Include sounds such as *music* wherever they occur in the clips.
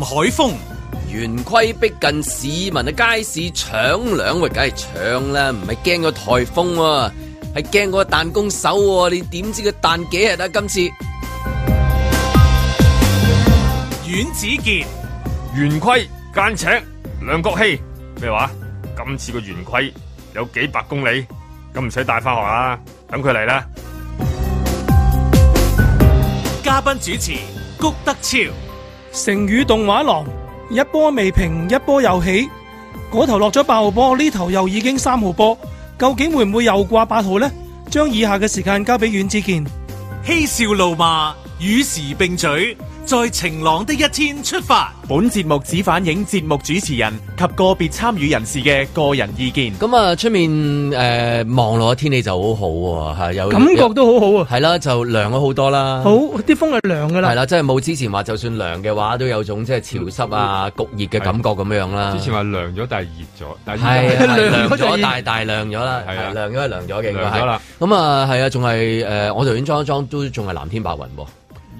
海風。圓規逼近市民啊嘅街市搶糧，喂，梗係搶啦，唔係驚個颱風喎、係驚個彈弓手喎、你點知佢彈幾日啊？今次阮子健、圓規間尺梁國熙咩話？今次個圓規有幾百公里，咁唔使帶翻學啦，等佢嚟啦。嘉賓主持谷德超。成語動畫廊，一波未平一波又起，嗰頭落咗八號波，呢頭又已經三號波，究竟會唔會又掛八號呢？將以下嘅時間交俾阮志健。嬉笑怒罵，與時並舉，在晴朗的一天出發。本節目只反映節目主持人及個別參與人士嘅個人意見。咁啊，出面呃誒望落天氣就好好、喎，嚇有感覺都好好啊，係啦，就涼咗好多啦。好啲風係涼噶 *laughs* 係啦，啦，即係冇之前話，就算涼嘅話，都有種即係潮濕啊、焗熱嘅感覺咁樣啦。之前話涼咗，但係熱咗，但係啊係 *laughs* 啊依家係涼涼咗就已咗，經大大涼咗啦，係係啊涼咗係涼咗嘅，應該涼咗係啦。咁啊，係啊，仲係誒，我頭先裝一裝都仲係藍天白雲喎。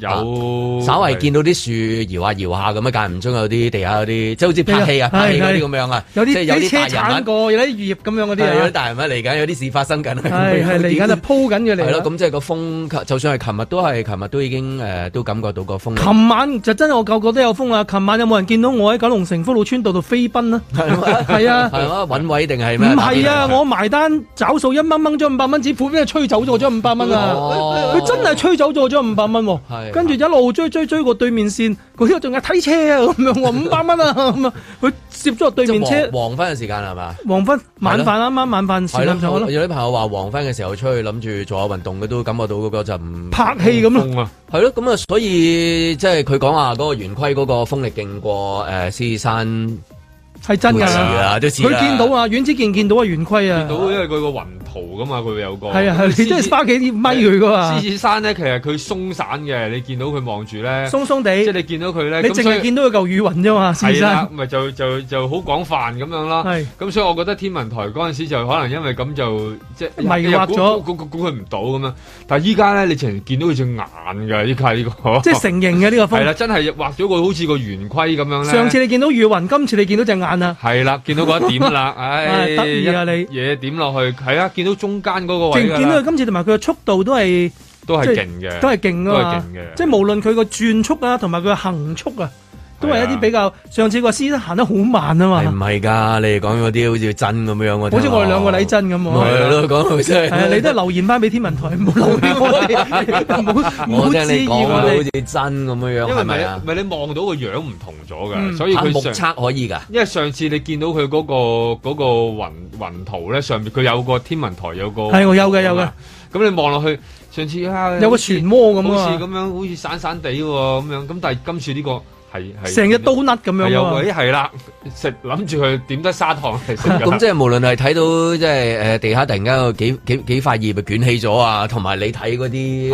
有啊稍為見到啲樹搖下搖下咁啊，間唔中有啲地下有啲，即係好似拍戲啊、係拍戲嗰啲係咁樣啊，有即係啲有啲啲車大人鏟物，過，有啲雨葉咁樣嗰係有啲啲啊，大人物嚟緊，有啲事發生緊啊。係係嚟緊就鋪緊嘅啊嚟係咯，啦。咁即係個風，就算係琴日都係，琴日都已經誒都感覺到個風力。琴晚就真係我夠覺得有風啊！琴晚有冇人見到我喺九龍城福老村道度飛 *laughs* 奔啊？係啊，係啊，揾位定係唔咩？係啊，我埋單找數一蚊掹咗五百蚊紙，苦俾佢吹走咗張五百蚊啊！哦佢真係吹走咗張五百蚊喎，係跟住一路追追追過對面線，嗰啲仲有睇車啊咁 *laughs* 樣喎，五百蚊啊咁啊，佢攝咗落對面即係車。黃黃昏嘅時間係嘛？黃昏晚飯啱啱晚飯時係間上咯，啦，有啲朋友話黃昏嘅時候出去諗住做下運動，佢都感覺到嗰個陣拍戲咁咯，風啊，係咯，咁啊，所以即係佢講話嗰個圓規嗰個風力勁過誒獅山。係真㗎都似啦。啦，都似啦佢見到啊，阮子健見到啊，圓規見到因啊，為佢個雲圖噶嘛，佢會有個係啊係啊，你真係花幾米佢㗎嘛獅，子山咧，其實佢鬆散嘅，你見到佢望住咧，鬆鬆即係地，你見到佢咧，你咁淨所係以見到佢嚿雨雲啫嘛，先係啦啊生，咪就就就好廣泛咁樣啦。係。咁所以我覺得天文台嗰陣時就可能因為咁就即係哎迷惑咗估估估佢唔到咁樣。但係依家咧，你淨係見到佢隻眼㗎，依家呢個即係 *laughs* 成形嘅呢個係風。啦，真係畫咗個好似個圓規咁樣咧。上次你見到雨雲，今次你見到隻眼啊，係啦，見到嗰一點 *laughs* 啦，唉，唉得意啊一你嘢點落去，係啊，見到中間嗰個淨位㗎見到啦佢今次同埋佢嘅速度都係都係即係勁嘅，都係勁啊都嘛係勁嘅，即係無論佢個轉速啊，同埋佢嘅行速啊，都係一係啲啊比較上次個師行得好慢啊係唔嘛，係㗎？你哋講嗰啲好似真咁樣喎，好似我哋兩個禮真咁咪喎。係咯，講到真 *laughs* 係啊，你都係係。留言翻俾天文台，唔好留俾我哋，唔好唔好我滋聽你擾講到我好哋。似真咁樣樣，因為係咪咪啊？咪你望到個樣唔同咗㗎，嗯所以啊目佢上。測可以 *laughs* 㗎，因為上次你見到佢嗰、個嗰、個雲雲圖咧，上面佢有個天文台有個係我有嘅有嘅，咁你望落去，上次啊有個好似漩渦咁好似啊咁樣，好似散散地喎咁樣，咁但係今次呢個係嘛，係成日刀甩咁係樣有啊位係啦，食諗住佢點得砂糖嚟食㗎啦 *laughs* 咁即係無論係睇到即係誒地下突然間有幾幾幾塊葉捲起咗啊，同埋你睇嗰啲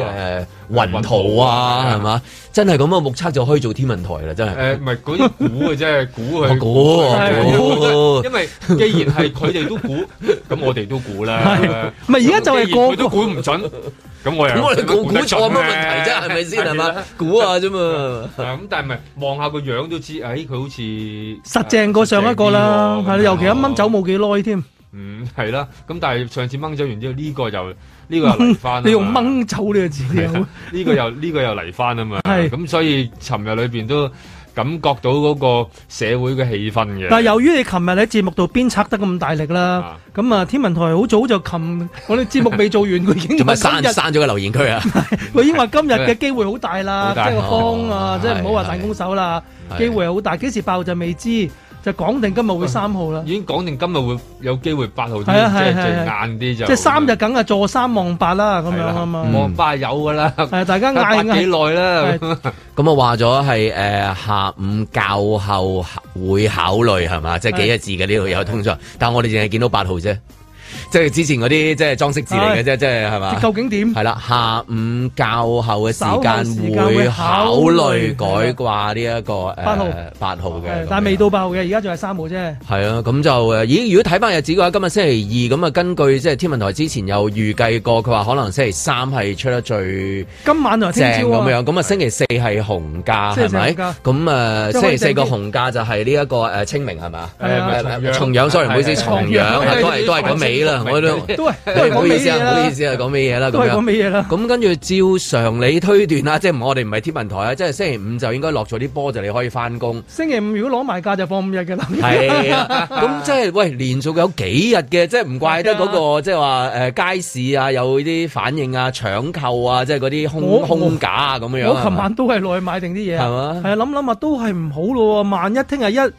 誒雲圖啊，係嘛？真係咁嘅目測就可以做天文台啦，真係。誒唔係嗰啲估嘅啫，估我佢 *laughs* 估我哦估 *laughs* 因為既然係佢哋都估， *laughs* 咁我哋都估啦。唔係而家就係既然佢個都估唔準，咁我又咁我哋估估得錯準乜問題啫？係咪先係係嘛啦？估下啫嘛。啊咁但係咪望下個樣都知？誒，佢好似實正過上一個啦，實正啲喎係尤其一蚊走。冇幾耐添，嗯，係啦。咁但係上次掹走完之後，呢個又呢 *laughs* 個又嚟翻。你用掹走呢個字你好係啊呢個又呢個又嚟翻啊嘛。 *laughs* 係咁，所以尋日裏邊都感覺到嗰個社會嘅氣氛嘅。 *laughs* 但係由於你琴日喺節目度鞭策得咁大力啦啊，咁啊天文台好早就琴，我哋節目未做完，佢已經做話乜今刪日，刪咗個留言區啊？佢已經話今日嘅機會好大啦，好即大係個風啊哦，即係唔好係話彈弓手啦，係哦機會好大，幾時爆就未知，就講定今日會三號啦已，經講定今日會有機會八號啲，即係啊係係啊即係係啊晏啲就即係三日梗係坐三望八啦，咁樣啊嘛係，啦望八有㗎啦，係啊大家八嗌幾嗌，耐啦係，咁啊話咗係誒下午較後會考慮係嘛？即係幾個字嘅呢度有通常，但我哋淨係見到八號啫。即係之前嗰啲即係裝飾字嚟嘅啫，即係係嘛？究竟點？啊係啦，下午較後嘅時稍間後時間會會考考慮慮改掛呢一個誒八號八號嘅係，，但係未咁樣到八號嘅，而家仲係三號啫。係啊，咁就誒，咦？如果睇翻日子嘅話，今日星期二咁啊，根據即係天文台之前有預計過，佢話可能星期三係出得最今晚同埋聽正朝啊咁樣，咁啊星期四係紅假星係期四咪？紅假咁誒呃即星係可期以四個訂機紅假就係呢一個誒清明係嘛？係啊誒咪重陽，sorry，唔好意思，重陽啊都係都係講尾啦，我都都係都係 *laughs* 唔好講意尾思啊，嘢唔好意啦，思啊，講咩嘢啦都咁係樣講。尾嘢啦。咁跟住照常理推斷啊啦，即係唔我哋唔係天文台啊，即係星期五就應該落咗啲波就你可以翻工。星期五如果攞埋假就放五日嘅啦。 *laughs* 係啊，咁即係喂，連續有幾日嘅，即係唔怪得嗰、啊個即係話誒街市啊有啲反應啊搶購啊，即係嗰啲空我空架啊咁樣樣。我琴晚都係落去買定啲嘢，係嘛係啊，諗諗啊，都係唔好咯喎。萬一聽日一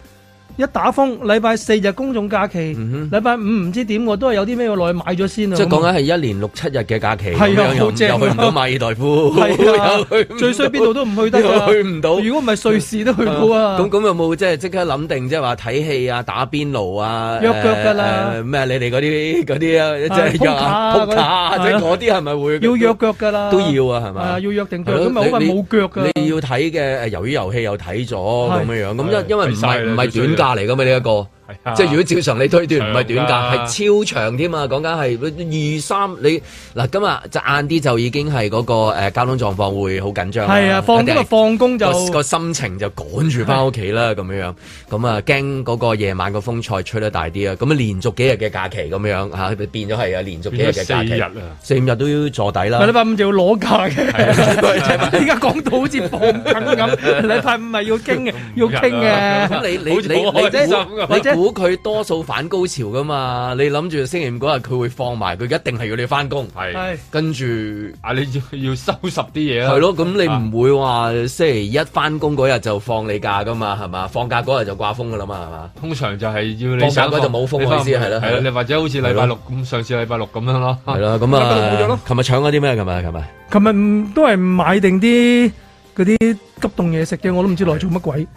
一打風，禮拜四就公眾假期，禮拜五唔知點我都係有啲咩要落去買咗先啊。嗯即係咁講緊係一年六七日嘅假期，係啊咁樣又好正啊又去唔到馬爾代夫，係啊 *laughs* 又去唔到最衰邊度都唔去得㗎啦嗯 *laughs* 又去唔到。如果唔係瑞士都去到啊。咁咁有冇即係即刻諗定即係話睇戲啊、打邊爐啊、約腳㗎啦誒誒咩、你哋嗰啲嗰啲啊，即係係約啊鋪鋪卡啊卡，嗰啲即係係啊嗰啲係咪會要約腳㗎啦，都要啊係係嘛啊，要約定腳，係咯咁咪好快你冇腳㗎。你要啊睇嘅誒，由於遊戲又睇咗咁係樣樣，咁係因因為唔睇晒係啦唔係最衰短假嚟噶嘛呢一個，啊即係如果啊照常你推斷唔係短假，長㗎係超長添啊！講緊係二三你嗱，今日就晏啲就已經係嗰個誒交通狀況會好緊張啦，係啊，放一定今係日放工就個個心情就趕住翻屋企啦，咁樣樣，咁啊驚嗰個夜晚個風賽吹得大啲啊，咁啊連續幾日嘅假期咁樣嚇，變咗係啊連續幾日變咗嘅假四期日，啊！四五日都要坐底啦咪。禮拜五就要攞假啊嘅， *laughs* 依家講到好似放 *laughs* 緊咁，禮拜五咪要傾嘅，要傾咁嘅，你你你好似好開你心啊估咁你估佢多數反高潮噶嘛？你諗住星期五嗰日佢會放埋，佢一定係要你翻工，係係跟住啊！你要要收拾啲嘢啦，係咯。咁你唔會話星期一翻工嗰日就放你假噶嘛？係嘛？放假嗰日就掛風噶啦嘛？係啊嘛？通常就係要放你假想嗰就冇風你我意思放係啦係係啦啦，你或者好似禮拜六咁，上次禮拜六咁樣咯。係啦，咁咁咪冇咗啊咯，琴日搶咗啲咩？琴日琴日琴日唔都係買定啲嗰啲急凍嘢食嘅，我都唔知來做乜鬼。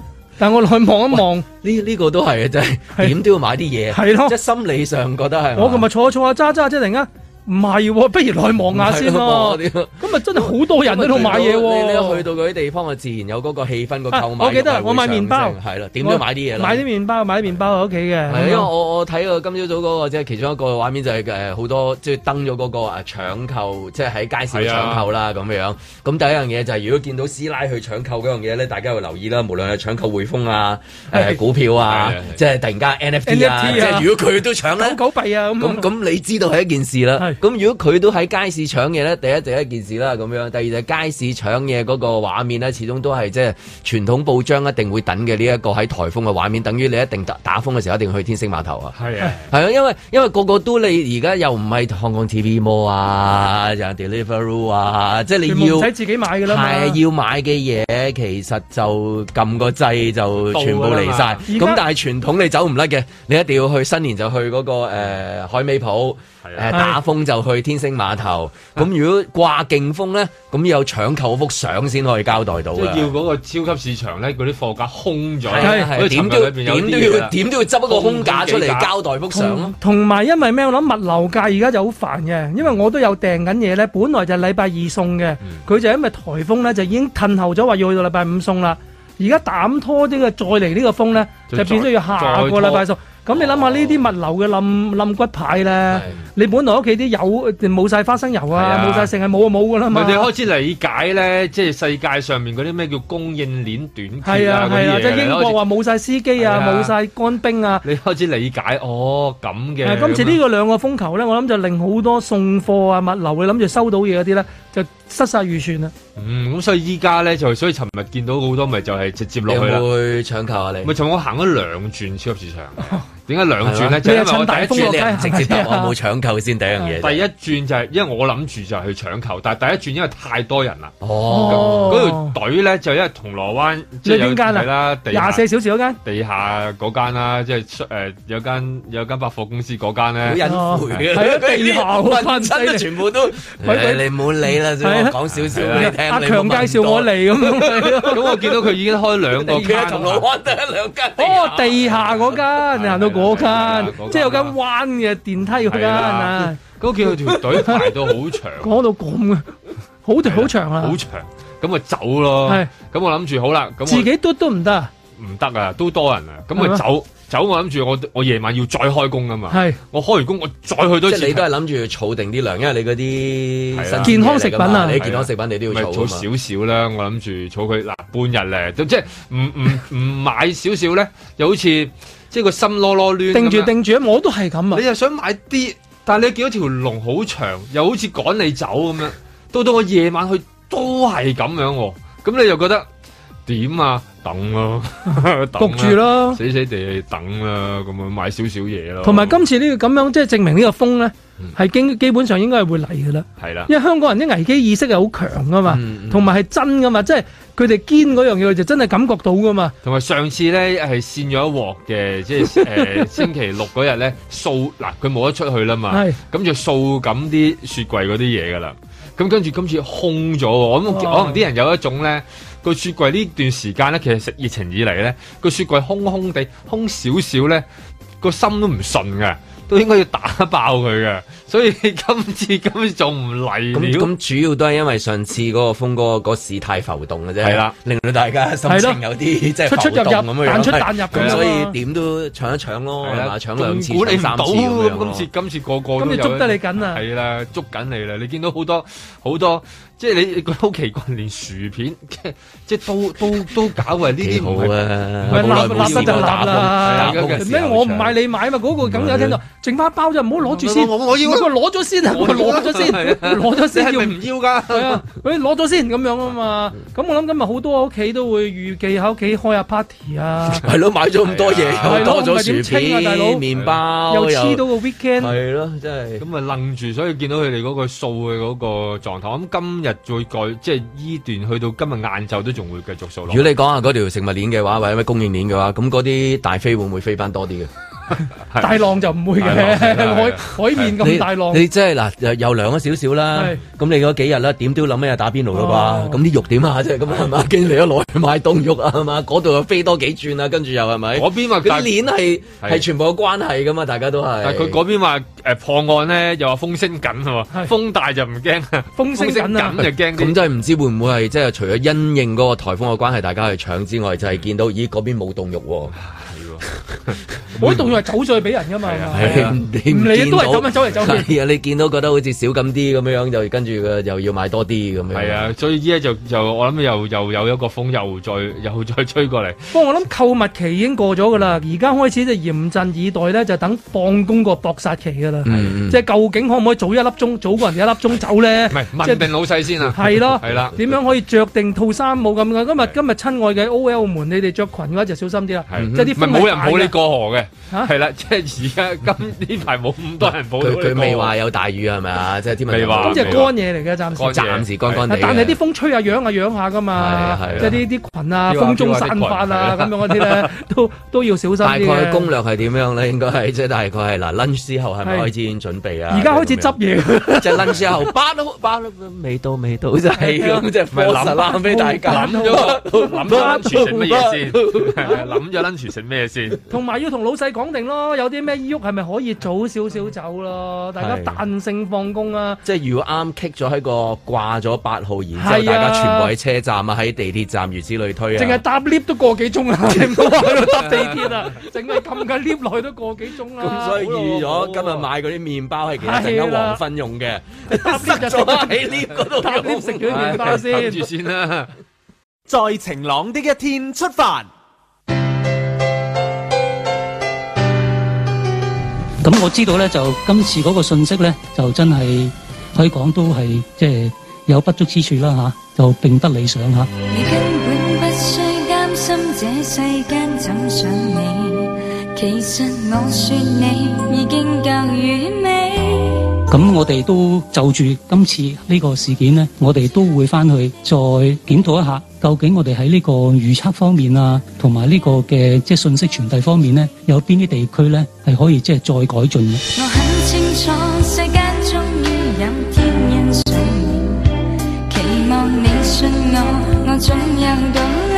但我落去望一望，呢呢個都係啊，真係係點都要買啲嘢，係咯即係心理上覺得係嘛。 *laughs* 我琴日坐坐下揸揸，即係突然間唔係喎，不如落去望下 *laughs* 先係咯望。下啲咁啊，真係好多人喺度買 *laughs* 嘢你你去喎。到嗰啲地方啊，自然有嗰個氣氛個啊購買慾係會上升。我記得我買麵包係啦，點都要買啲嘢啦。買啲麵包，買啲麵包喺屋企嘅。係，因為我我睇過今朝早嗰個即係其中一個畫面就係誒好多即係登咗嗰個誒搶購，即係喺街市嘅搶購啦咁樣。咁第一樣嘢就係如果見到師奶去搶購嗰樣嘢咧，大家要留意啦。無論係搶購匯豐啊、誒係股票啊係係，係即係突然間 NFT 啊，即 NFT 啊係如果佢都搶咧狗。狗幣啊，咁咁咁你知道係一件事啦係。咁如果佢都喺街市搶嘢咧，第一就一件事啦，咁樣。第二就係街市搶嘢嗰個畫面咧，始終都係即係傳統報章一定會等嘅呢一個喺颱風嘅畫面，等於你一定打打風嘅時候一定去天星碼頭啊。係啊，係啊，因為因為個個都你而家又唔係 Hong Kong TV Mall 啊，又 Deliveroo 啊，即係全你部要唔使自己買㗎啦嘛。係要買嘅嘢，其實就撳個掣就全部嚟晒。到㗎啦咁嘛但係傳統你走唔甩嘅，你一定要去新年就去嗰、個、呃、海味鋪，誒、係啊打風就去天星碼頭。咁如果掛勁風咧，咁要有搶購幅相先可以交代到啊即係要嘅。嗰個超級市場咧，嗰啲貨架空咗，係啊係所啊以點尋都要日裏邊有點啲都嘢啊要啦點都要執一個空架出嚟交代幅相咯同。同埋，因為咩？我諗物流價而家就好煩嘅，因為我都有訂緊嘢咧。本來就禮拜二送嘅，佢、就因為颱風咧，就已經褪後咗，話要去到禮拜五送啦。而家膽拖呢個再嚟呢個風咧，就就變咗要下個禮拜送。咁你諗下呢啲物流嘅冧冧骨牌咧，你本來屋企啲油冇晒花生油係啊，啊冇晒剩係冇就冇噶啦唔嘛係。你開始理解咧，即係世界上面嗰啲咩叫供應鏈短係缺啊嗰係啲啊，嘢，即係英國話冇晒司機啊，係啊冇晒乾冰啊。你開始理解哦咁嘅。誒，今次呢個兩個風球咧，我諗就令好多送貨啊、物流，你諗住收到嘢嗰啲咧，就失晒預算啦。嗯，咁所以依家咧就，所以尋日見到好多咪就係直接你落有去啦。冇去搶購啊你？咪尋日我行咗兩轉超級市場，啊點解兩轉 *laughs* 咧？係就哦咩因為我第你係趁大一風轉落街你直接答係啊我冇搶購先第一樣嘢啫。第一轉就係因為我諗住就係去搶購，但係第一轉因為太多人啦，哦，嗰條隊咧就因為銅鑼灣即係有你邊間啊係啦，地下廿四小時嗰間，地下嗰間啦，即係出誒有間有間百貨公司嗰間好 *laughs* 咧。隱晦嘅，哎係啊 *laughs* 地下好問分親都犀利全部都，鬼鬼你唔好理啦，係啊我講少少俾你聽。阿你強介紹我嚟嚟， *laughs* 咁。 *laughs* 咁我見到佢已經開兩個佢喺啊間銅鑼灣得一兩間。哦，地下嗰間，你行到嗰間係嗰間，即係有間彎嘅電梯嗰間啊，嗰見佢條隊排到好長，講到咁啊，好長好長啊好，長，咁咪走咯。係咁我諗住好啦，咁我自己嘟都唔得啊，唔得啊，都多人啊，咁係咩咪走走。我諗住我我夜晚要再開工啊嘛，係我開完工我再去多即次係你都係諗住儲定啲糧，因為你嗰啲新嘢嚟㗎嘛你係啦係健康食品啊啊健康食品你都要咪儲儲啊嘛。少少啦，我諗住儲佢嗱半日咧，即係唔唔唔買少少咧，又好似即係個心囉囉攣咁樣定住定住啊，我都係咁啊你。又想買啲，但係你見到條龍好長，又好似趕你走咁樣。 *laughs* 到到我夜晚去都係咁樣喎，咁你又覺得點啊？ *laughs* 等咯，焗焗住，咯。死死地等啦，咁樣買少少嘢咯。同埋今次呢個咁樣，即係證明呢個風咧係基基本上應該係會嚟嘅啦。係啦，因為香港人啲危機意識係好強噶嘛嗯，嗯同埋係真噶嘛，即係佢哋堅嗰樣嘢佢就真係感覺到噶嘛。同埋上次咧係跣咗一鑊嘅，即係誒星期六嗰日咧掃嗱，佢冇得出去啦嘛係，咁就掃緊啲雪櫃嗰啲嘢噶啦。咁跟住今次空咗喎，我諗哦可能啲人有一種咧個雪櫃呢段時間咧，其實食疫情以嚟咧個雪櫃空空地空少少咧，個心都唔順嘅，都應該要打爆佢嘅。所以今次今次仲唔咁嚟了？咁主要都係因為上次嗰個風嗰個嗰事態浮動嘅啫，係啦，令到大家心係情咯有啲即係出出入入浮動咁樣樣彈出彈入咁咁樣啊所以咯點都搶一搶咯，係哎嘛？搶兩次、哦仲估你搶唔三到次咁樣啊咯喎，今次今次個個都咁你有捉得你緊啊係啦，捉緊你啦！你見到好多好多，即係你你覺得好奇怪，連薯片 *laughs* 即即都都都搞啊！呢幾啲好唔係啊！咪冇耐立冇立得試就過立打風啦打風嘅時，候咩我唔買你買嘛？嗰個梗有聽到，剩翻包就唔好攞住先。我我我要嗰個攞咗先啊！我我攞咗先，係啊攞咗你先係要咪唔要㗎？係啊，喂，攞咗先咁樣啊嘛。咁我諗今日好多屋企都會預計喺屋企開下 party 啊，係咯，買咗咁多嘢，係又多咯咗薯唔係點清啊片大佬、麵包，又黐到個 weekend。係咯，真係咁咪楞住，所以見到佢哋嗰個數嘅嗰個狀態。咁今日再改，即係依段去到今日晏晝都仲會繼續數落。如果你講下嗰條食物鏈嘅話，或者咩供應鏈嘅話，咁嗰啲大飛會唔會飛翻多啲嘅？係大浪就唔會嘅，大浪係啊海係啊海面咁大浪你，你即係嗱，又又涼咗少少啦係。咁你嗰幾日啦，點都諗咩打邊爐啦哦啩？咁啲肉點啊？即係咁係 *laughs* 嘛？跟住你一攞去買凍肉啊，係嘛？嗰度又飛多幾轉啊，跟住又係咪？嗰邊話嗰啲鏈係係係全部有關係噶嘛？大家都係。但佢嗰邊話誒破案咧，又話風聲緊係嘛，係風大就唔驚，風聲緊啊風就咁驚啲。真係唔知會唔會係即係除咗因應嗰個颱風嘅關係，大家去搶之外，就係見到咦嗰邊冇凍肉我啲動作係走咗去俾人噶嘛。係嘛喎，係啊 *laughs* 你唔理見都到係咁樣走嚟走去。 *laughs* 係啊，你見到覺得好似少咁啲咁樣樣，就跟住佢又要買多啲咁樣。係啊，所以依家就就我諗又又又有一個風又再又再吹過嚟，不過我諗購物期已經過咗㗎啦，而家開始就嚴陣以待咧，就等放工個搏殺期㗎啦。嗯，嗯即係究竟可唔可以早一粒鐘，早過人哋一粒鐘走咧唔？ *laughs* 係即係問定老細先啊，係咯，係啦點樣可以着定套衫冇咁嘅？今日今日親愛嘅 O L 們，你哋着裙嘅話就小心啲啦，係嗯即係啲唔係風冇人係大啊抱你嘅過河嘅，嚇係啦，即 *laughs* 係而家今呢排冇咁多人抱佢到你過河佢 *laughs* 未話有大雨係咪啊？即係天文台未話咁就係未話乾嘢嚟嘅暫時乾。暫時乾乾啊地嘅。但係啲風吹下揚下揚下㗎嘛係啊係，啊即係啲啲裙啊、要話風中散發啊要話咁樣嗰啲咧，都都要小心大啲概攻嘅。略係點樣咧？應該係即係大概係嗱，lunch 之後係咪係開始已經準備啊？而家開始咁執嘢，樣，即係 lunch 之後， *laughs* 巴都巴都未到未到就係咁， *laughs* 即係咪諗實攬俾大家。諗咗個諗咗 lunch 食乜嘢先， *laughs* 諗咗 lunch 食咩先，同埋要同老細講定咯，有啲咩喐係咪可以早少少走咯？大家係彈性放工啊！即係如果啱棘咗喺個掛咗八號，然之係啊後大家全部喺車站啊，喺地鐵站，如此類推啊。淨係搭 lift 都個 *laughs* 幾鐘啦，你唔好話喺度搭地鐵啊，淨係撳緊 lift 落去都個幾鐘啦。啊咁所以預咗今日買嗰啲麵包係其實陣間黃昏用 *laughs* 嘅，搭 lift 就仲啊喺 lift 嗰度搭 lift 食咗啲麵包諗先。住先啦。 *laughs* 在晴朗的一天出發。咁我知道咧，就今次嗰個信息咧，就真係可以講都係即係有不足之處啦吓、就並不理想吓。你根本不需擔心這世間怎想你，其實我說你已經夠完美。咁我哋都就住今次呢個事件呢，我哋都會翻去再檢討一下，究竟我哋喺呢個預測方面啊，同埋呢個嘅即係信息傳遞方面呢，有邊啲地區呢係可以即係再改進嘅。我很清楚世間終於有天人上面，期望你信我，我總有道理。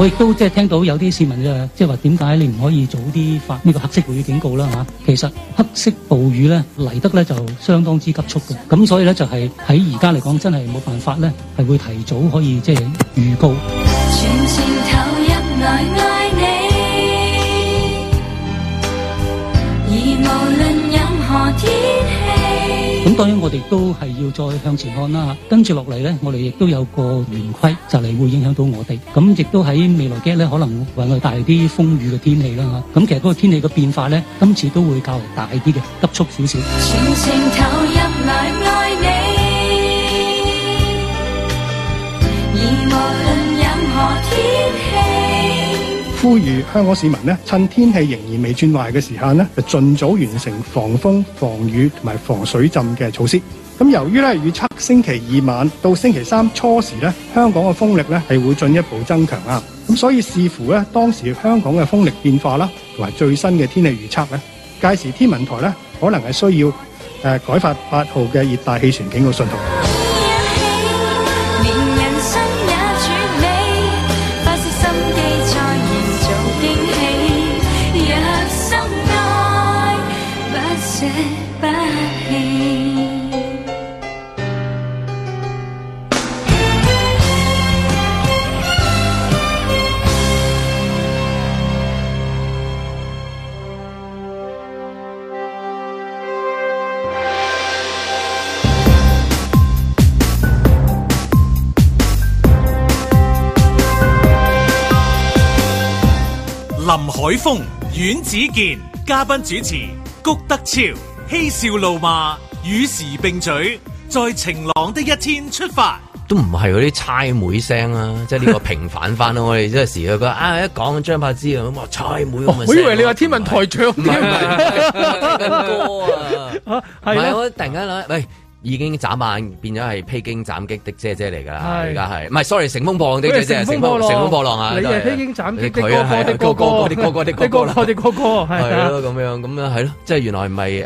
我亦都即係聽到有啲市民嘅，即係話點解你唔可以早啲發呢個黑色暴雨警告啦嚇、其實黑色暴雨咧嚟得咧就相當之急促嘅，咁所以咧就係喺而家嚟講真係冇辦法咧，係會提早可以即係預告。全情投入來愛你，而無論任何天氣。咁當然我哋都係要再向前看啦。跟住落嚟呢，我哋亦都有個圓規，就嚟會影響到我哋。咁亦都喺未來幾日呢，可能會有大啲風雨嘅天氣啦。咁其實嗰個天氣嘅變化呢，今次都會較為大啲嘅，急促少少。全情投入來愛你，而無論任何天氣。呼籲香港市民呢，趁天氣仍然未轉壞嘅時間呢，就盡早完成防風、防雨同埋防水浸嘅措施。咁由於咧預測星期二晚到星期三初時咧，香港嘅風力咧係會進一步增強啊！咁所以視乎咧當時香港嘅風力變化啦，同埋最新嘅天氣預測咧，屆時天文台咧可能係需要誒、呃改發八號嘅熱帶氣旋警告信號。一起，連人生也轉美，花式心機再營造驚喜。若深愛，不捨不棄。林海峰、阮子健，嘉賓主持谷德超，嬉笑怒罵，與時並舉，在晴朗的一天出發。都唔係嗰啲差妹聲啊，即係呢個平反翻咯。我哋即係時佢講啊，一講張柏芝啊，咁話差妹咁嘅聲哦我以為你話天文台長唔係唔係聽緊歌啊。 *laughs* 啊，唔係，係啦，我突然間諗，喂。已經眨眼變咗係披荊斬棘的姐姐嚟㗎啦，係而家係唔係？sorry，乘風破浪的姐姐，喂乘乘風破風浪乘風破浪啊！你都係披荊斬棘的佢啊係啊哥哥 *laughs* 的哥哥的哥哥你個啦 *laughs* 我哋個個係係啊，咯，咁樣咁樣係咯，即係原來唔係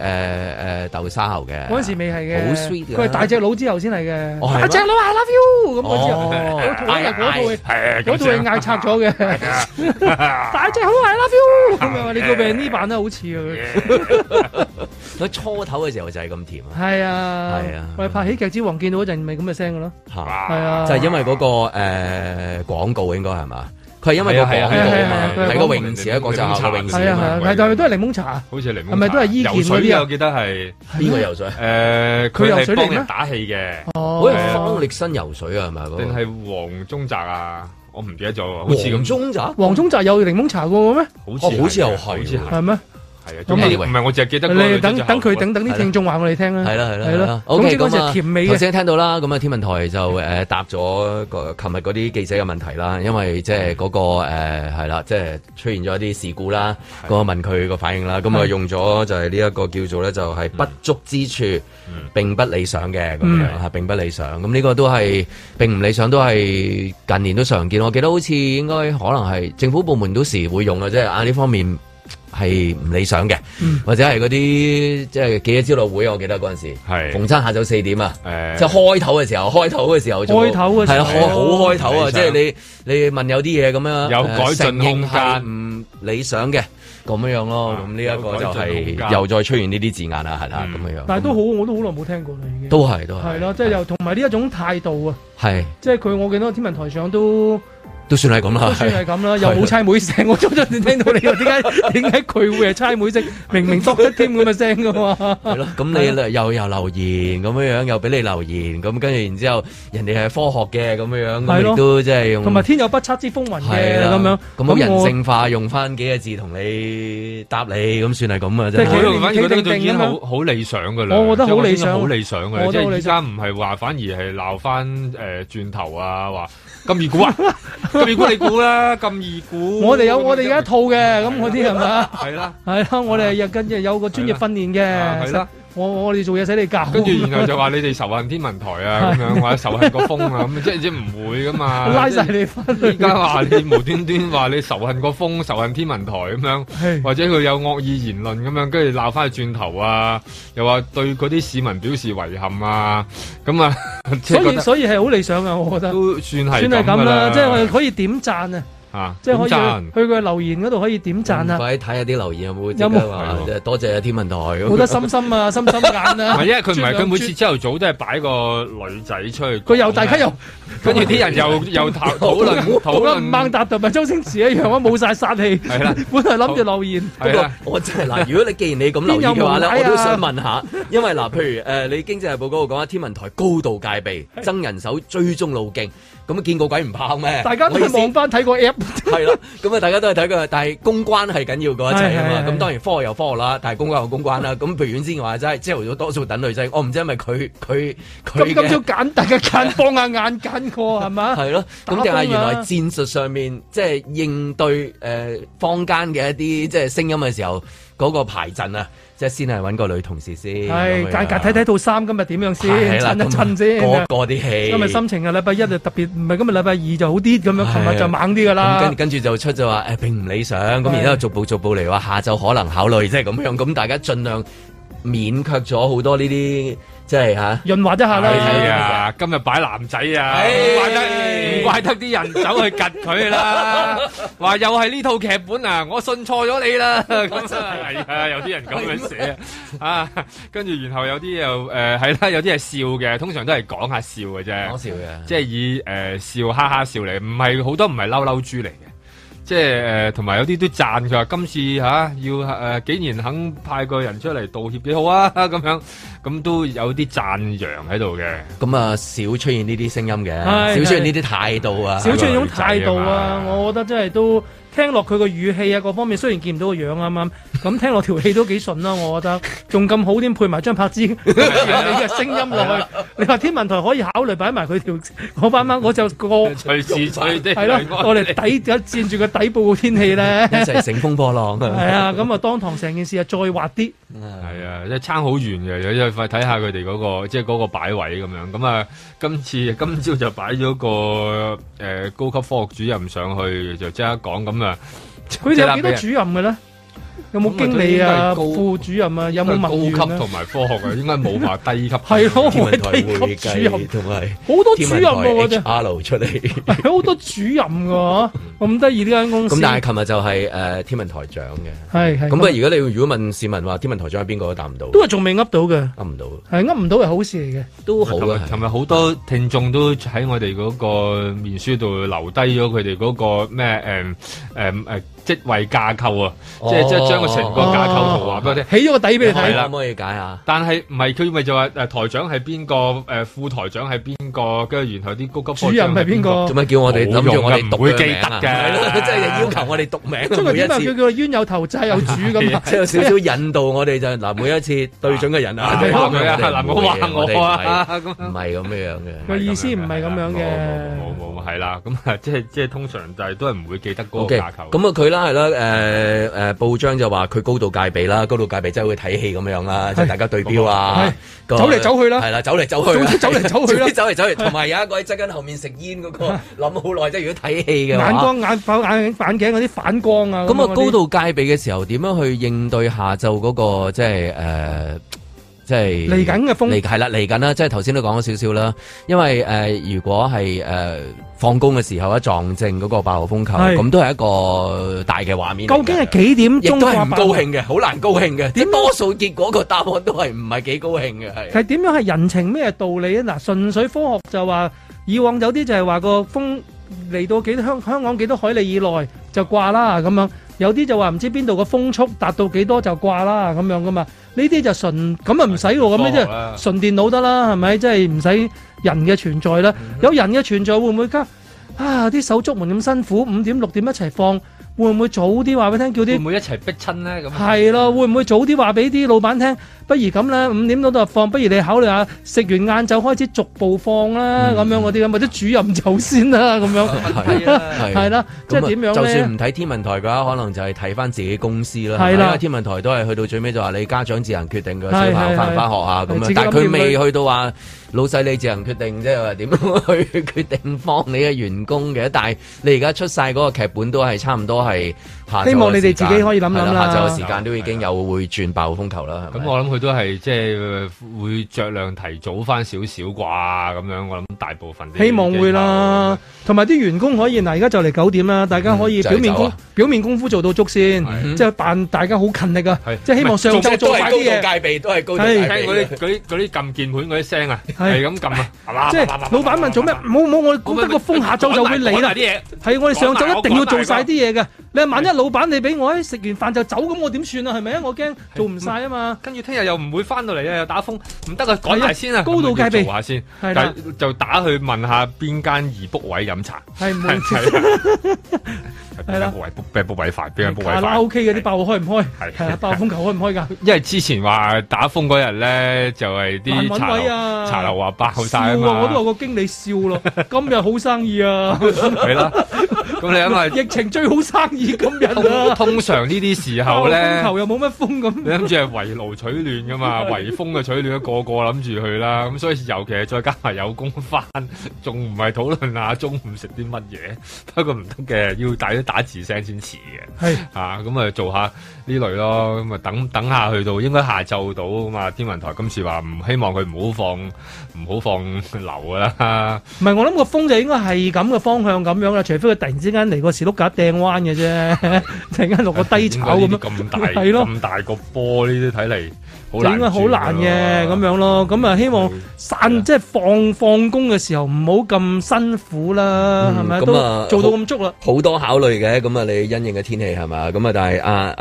誒誒豆沙喉嘅，嗰陣時未係嘅，好 sweet 嘅佢係大隻佬之後先係嘅，啊哦係咩大隻佬 I love you 咁嗰之後，哦嗰套係嗰套係係嗰套 *laughs* 係啊嗌拆咗嘅， *laughs* 大隻佬啊 I love you 咁樣，你個病呢版都好似啊佢，佢初頭嘅時候就係咁甜啊，係啊，係啊我哋拍喜劇之王見到嗰陣咪咁嘅聲嘅咯，嚇，係啊，就係因為嗰個誒廣告應該係嘛？佢係因為個廣係啊係告啊啊係啊嘛，係個泳池喺廣州下個泳池係啊啊係嘛，啊，但係都係檸檬茶，好似檸檬茶係咪都係伊健嗰啲啊游水我記得係邊個游水？啊誒，佢游佢係水嚟咩幫人打氣嘅，好似哦，方力申游水啊，係咪嗰個定係黃宗澤啊？我唔記得咗喎，好似黃咁，宗澤？黃宗澤有檸檬茶過嘅咩？好哦好似又係好似係係咩？係啊，咁總之啊唔係我淨係記得嗰個女你仔等就等佢後悔等等啲聽眾話我哋聽啦，係啦係啦係係啦啦。OK，總之嗰咁陣時啊係甜美頭嘅，先聽到啦，咁啊天文台就誒答咗個呃琴日嗰啲記者嘅問題啦，因為即係嗰個誒係啦，即係出現咗一啲事故啦，咁我問佢個反應啦，咁啊用咗就係呢一個叫做咧就係不足之處嗯並不理想嘅咁樣係並不理想，咁呢個都係並唔理想，都係近年都常見，我記得好似應該可能係政府部門都時會用嘅，即係啊呢方面。係唔理想嘅，或者係嗰啲即係記者招待會，我記得嗰陣時，係逢親下晝四點啊，誒即係開頭嘅時候，開頭嘅時候做，開頭嘅係時候啊，開好開頭啊！理即想係你你問有啲嘢咁樣，有改進承認空間係唔理想嘅咁樣樣咯。啊咁呢一個就有改進空係間又再出現呢啲字眼啦，係啦嗯咁樣。但係都好，我都好耐冇聽過啦已經。都係都係係咯，即係又同埋呢一種態度啊，係即係佢我見到天文台上都都算係咁啦都，算係係咁啦，又冇差妹聲，我初初聽到你話點解點解佢會係差妹聲，明明多得添咁嘅聲噶嘛， *laughs* 係咯。咁你又又留言咁樣樣，又俾你留言咁，跟住然之後人哋係科學嘅咁樣樣，咁係咯亦都即係用同埋天有不測之風雲係嘅啦咁樣，咁好人我性化，用翻幾個字同你答你，咁算係咁啊！真即係係佢我反而覺得佢已經定定啊好好理想噶啦，我覺得好即係我已理想經好理想噶啦，即我覺得好係理依想家唔係話，反而係鬧翻誒轉頭啊， *laughs* 話咁易估啊，咁易估你估啦，咁易估。我哋有我哋有一套嘅，咁嗰啲係咪啊？係啦，係啦，我哋又跟住有個專業訓練嘅，啊係啦，我我哋做嘢使你教，跟住然後就話你哋仇恨天文台啊，咁樣或者仇恨個風啊，咁即係即係唔會噶嘛。 *laughs* 拉晒你翻即係去依，家話你無端端話你仇恨個風，仇恨天文台咁樣。係或者佢有惡意言論咁樣，跟住鬧翻去轉頭啊，又話對嗰啲市民表示遺憾啊，咁啊，即 *laughs* 係所覺以得所以係好理想啊，我覺得。都算係算係咁咁㗎啦，啦，即係我哋可以點贊啊！啊，即係可以點去佢嘅留言嗰度可以點讚啊，快啲睇下啲留言有冇即有冇刻話係喎多謝天文台 *laughs* 咁。冇得心 *laughs* 心啊，心心眼啊，唔係，因為佢唔係佢每啜次朝頭早都係擺個女仔出去講嘅，佢又大家又跟住啲人又又 *laughs* 討討論啊好討啦，論唔掹答同埋周星馳一樣啊，冇晒殺氣。係啦，本來諗住留言，係啊啦。我真係嗱，如果你既然你咁留意嘅話咧，啊邊我有無賴啊都想問下，因為嗱，譬如誒、呃你經濟日報嗰度講啊，天文台高度戒備，增人手追蹤路徑，咁啊見個鬼唔怕咩？大家都我意係思望翻睇個 app，係啦，咁啊大家都係睇佢，但係公關係緊要嗰一齊啊係係嘛。係咁當然科學有科學啦，但係公關有公關啦。咁譬如遠先話齋，朝頭早多數等女仔，我哦唔知係咪佢佢咁佢今朝嘅。揀大家揀幫下眼揀過係嘛？係咯，咁定打風啊係原來戰術上面即係應對誒、呃坊間嘅一啲即係聲音嘅時候，嗰、個排陣啊，即係先係揾個女同事先，係咁樣啊啊間隔睇睇套衫今日點樣先，係啦襯一襯嗰先。啊個啲戲，今日心情啊，禮拜一就特別，唔係今日禮拜二就好啲咁樣，係琴日就猛啲噶咁啦跟。跟住就出就話誒、呃、並唔理想，咁然之後逐步逐步嚟話下晝可能考慮，即係咁樣，咁大家盡量免卻咗好多呢啲即係嚇。潤滑一下係啦，哎啊，今日擺男仔啊，唉唔怪得唔怪得啲人走去及佢 *laughs* 啦，話又係呢套劇本啊，我信錯咗你 *laughs* 啦，咁啊係啊，有啲人咁樣寫啊，跟住然後有啲又誒係啦，有啲係笑嘅，通常都係講下笑嘅哦講啫，笑嘅，即係以誒、呃笑哈哈笑嚟，唔係好多唔係嬲嬲豬嚟嘅。即係誒，呃同埋有啲都讚佢話今次嚇、要誒、竟然肯派個人出嚟道歉幾好啊 *laughs* 咁樣，咁都有啲讚揚喺度 *laughs* 嘅。咁啊少出現呢啲聲音嘅，係少出現呢啲態度啊，少出呢種態度女仔啊啊，嘛我覺得真係都聽落佢個語氣啊，各方面雖然見唔到個樣啊啱啱， *laughs* 咁聽落條氣都幾順啦，我覺得仲咁好添，配埋張 *laughs* 柏芝你嘅聲音落去，你話天文台可以考慮擺埋佢條嗰班啱嗰隻歌， *laughs* 隨時隨地係咯，我哋底有佔住個底部嘅天氣咧，一齊乘風破浪 *laughs* 係啊！啊，咁啊當堂成件事啊再滑啲， *laughs* 係啊，即係差好遠嘅，有有快睇下佢哋嗰個即係嗰個擺位咁樣。咁啊，今次 *laughs* 今朝就擺咗個誒、呃高級科學主任上去，就即刻講咁啊。佢哋有幾多即主任嘅咧？有冇經理咁咪都應該係啊、高副主任啊？有刻俾人冇高文員級啊？同埋科學啊，應該冇話低 *laughs* 級。係咯，天我文係台低會級主任計。同埋好多天主文任喎，我台哋 HR 出 *laughs* 嚟。係哎好多主任噶，咁得意呢間公司。咁但係琴日就係誒天文台長嘅。係咁啊，係如果你如果問市民話天文台長係邊個，都答唔到，都係仲未噏到嘅，答唔到，係噏唔到係好事嚟嘅。都好琴日啊。琴日好多聽眾都喺我哋嗰個面書度留低咗佢哋嗰個咩誒誒誒職位架構啊，哦即係即係將個成個架構圖話俾我聽。起咗個底俾你係睇，啦，可唔可以解下？但係唔係佢咪就話誒台長係邊個誒副台長係邊個，跟住然後啲高級科主任係邊邊個？ *laughs* 做咩叫我哋諗住我哋讀冇用㗎唔會記記得㗎 *laughs* 即係要求我哋讀名即係佢每點啊？叫一次，叫冤有頭債有主咁啊！ *laughs* 即係有少少引導我哋就係嗱，每一次對準嘅人啊，鬧我佢啊，哋嗱唔會嘅我話我啊，哋咁唔係唔係咁樣樣個嘅。意思唔係咁樣冇冇嘅。冇冇係啦，咁啊即係即係通常就係都係唔會記得嗰 O.K. 個咁架啊構。佢啦係啦，誒誒報章就話佢高度戒備啦，高度戒備即係會睇戲咁樣啦，即係大家對標啊，個走嚟走去啦係啦，走嚟走去啦，走嚟走去啦總之 *laughs* 走嚟走去，同埋有一個喺側跟後面食煙 *laughs* 嗰個諗好耐，即係如果睇戲嘅話眼光眼反眼眼鏡嗰啲反光啊！咁啊，嗰啲高度戒備嘅時候，點樣去應對下晝嗰、個即係誒？呃即係嚟緊嘅風嚟係啦，嚟緊啦，即係頭先都講咗少少啦。因為誒、呃如果係誒放工嘅時候一撞正嗰個八號風球，係咁都係一個大嘅畫面嚟嘅。究竟係幾點亦鐘都係掛唔白高興啊嘅，好難高興嘅。即係點樣多數結果個答案都係唔係幾高興嘅，係。係點樣係人情咩道理啊？嗱，純粹科學就話，以往有啲就係話個風嚟到幾多香香港幾多海里以內就掛啦咁樣，有啲就話唔知邊度個風速達到幾多就掛啦咁樣噶嘛。呢啲就純咁啊唔使喎，咁樣即科學啦係純電腦得啦，係咪？即係唔使人嘅存在啦。有人嘅存在會唔會加啊？啲手足門咁辛苦，五點六點一齊放，會唔會早啲話俾你聽叫啲會唔會一齊逼親咧？咁係咯，會唔會早啲話俾啲老闆聽？不如咁啦，五點到度放，不如你考慮下食完晏晝開始逐步放啦，咁、樣嗰啲咁，或者主任走先啦，咁樣 *laughs* 係係係啦，即係點咁啊樣就咧算唔？睇天文台嘅話，可能就係睇翻自己公司啦。係啦因為天文台都係去到最尾就話你家長自行決定嘅小朋係友翻係唔翻學啊咁係自樣己，但係佢諗掂未佢去到話老細你自行決定，即係話點樣去決定放你嘅員工嘅。但係你而家出晒嗰個劇本都係差唔多係下晝嘅時間希望你哋自己可以諗諗啦係下晝嘅時間都已經有會轉爆風球啦，係咁咪？我諗佢都係即係會着量提早翻少少啩，咁樣我諗大部分啲希望會啦，同埋啲員工可以嗱，而家就嚟九點啦，大家可以嗯就表係面走功啊表面功夫做到足先，即係扮大家好勤力啊係，即係希望上晝做快啲嘢，戒備，都係高度戒機備構。聽嗰啲嗰啲嗰啲撳鍵盤嗰啲聲啊，係係咁撳啊，係即係老闆問做咩？冇冇，我覺得個風下晝就會嚟啦講埋。啲嘢係我哋上晝一定要做晒啲嘢嘅。你話萬一係老闆你俾我，哎食完飯就走，咁我點算啊？係咪啊？我驚做唔晒啊嘛。跟住聽日又唔會翻到嚟啊，又打風，唔得啊，趕係啊埋先啊，高度戒備咁咪要做下先，係啦但係就打去問下邊間易 book 位飲茶，係唔會係係啦，邊間 book 位啦 book 邊間 book 位快，邊間 book 卡位拉快。 OK 嗰啲爆開唔開？係係啊，爆風球開唔 *laughs* 開㗎？因為之前話打風嗰日咧，就係啲難茶揾位樓啊茶樓話爆晒啊笑嘛，啊！我都有個經理笑咯， *laughs* 今日好生意啊！係啦。咁你 *laughs* 諗下疫情最好生意今日通，啊！通常呢啲時候爆咧風，球又冇乜風 *laughs* 你咁，諗住係圍爐取暖 *laughs* 噶嘛，圍風嘅取暖，個個諗住去啦。咁所以尤其係再加埋有工翻， *laughs* 仲唔係討論下中午食啲乜嘢？ *laughs* 不過唔得嘅，要大家打字聲先遲嘅。係啊，咁啊做下呢類咯，咁啊等等下去到應該下晝到咁啊，天文台今次話唔希望佢唔好放唔好放流噶啦，唔係我諗個風就應該係咁嘅方向咁樣啦，除非佢突然之間嚟個士碌架掟彎嘅啫， *laughs* 突然間落個低炒咁應該呢啲咁樣，大係咯咁大個波呢啲睇嚟好就難，應該好難嘅咁。樣咯。咁啊，希望散即係放放工嘅時候唔好咁辛苦啦，嗯係咪咁啊都做到咁足啦？好多考慮嘅，咁啊你因應嘅天氣係嘛，咁啊但係啊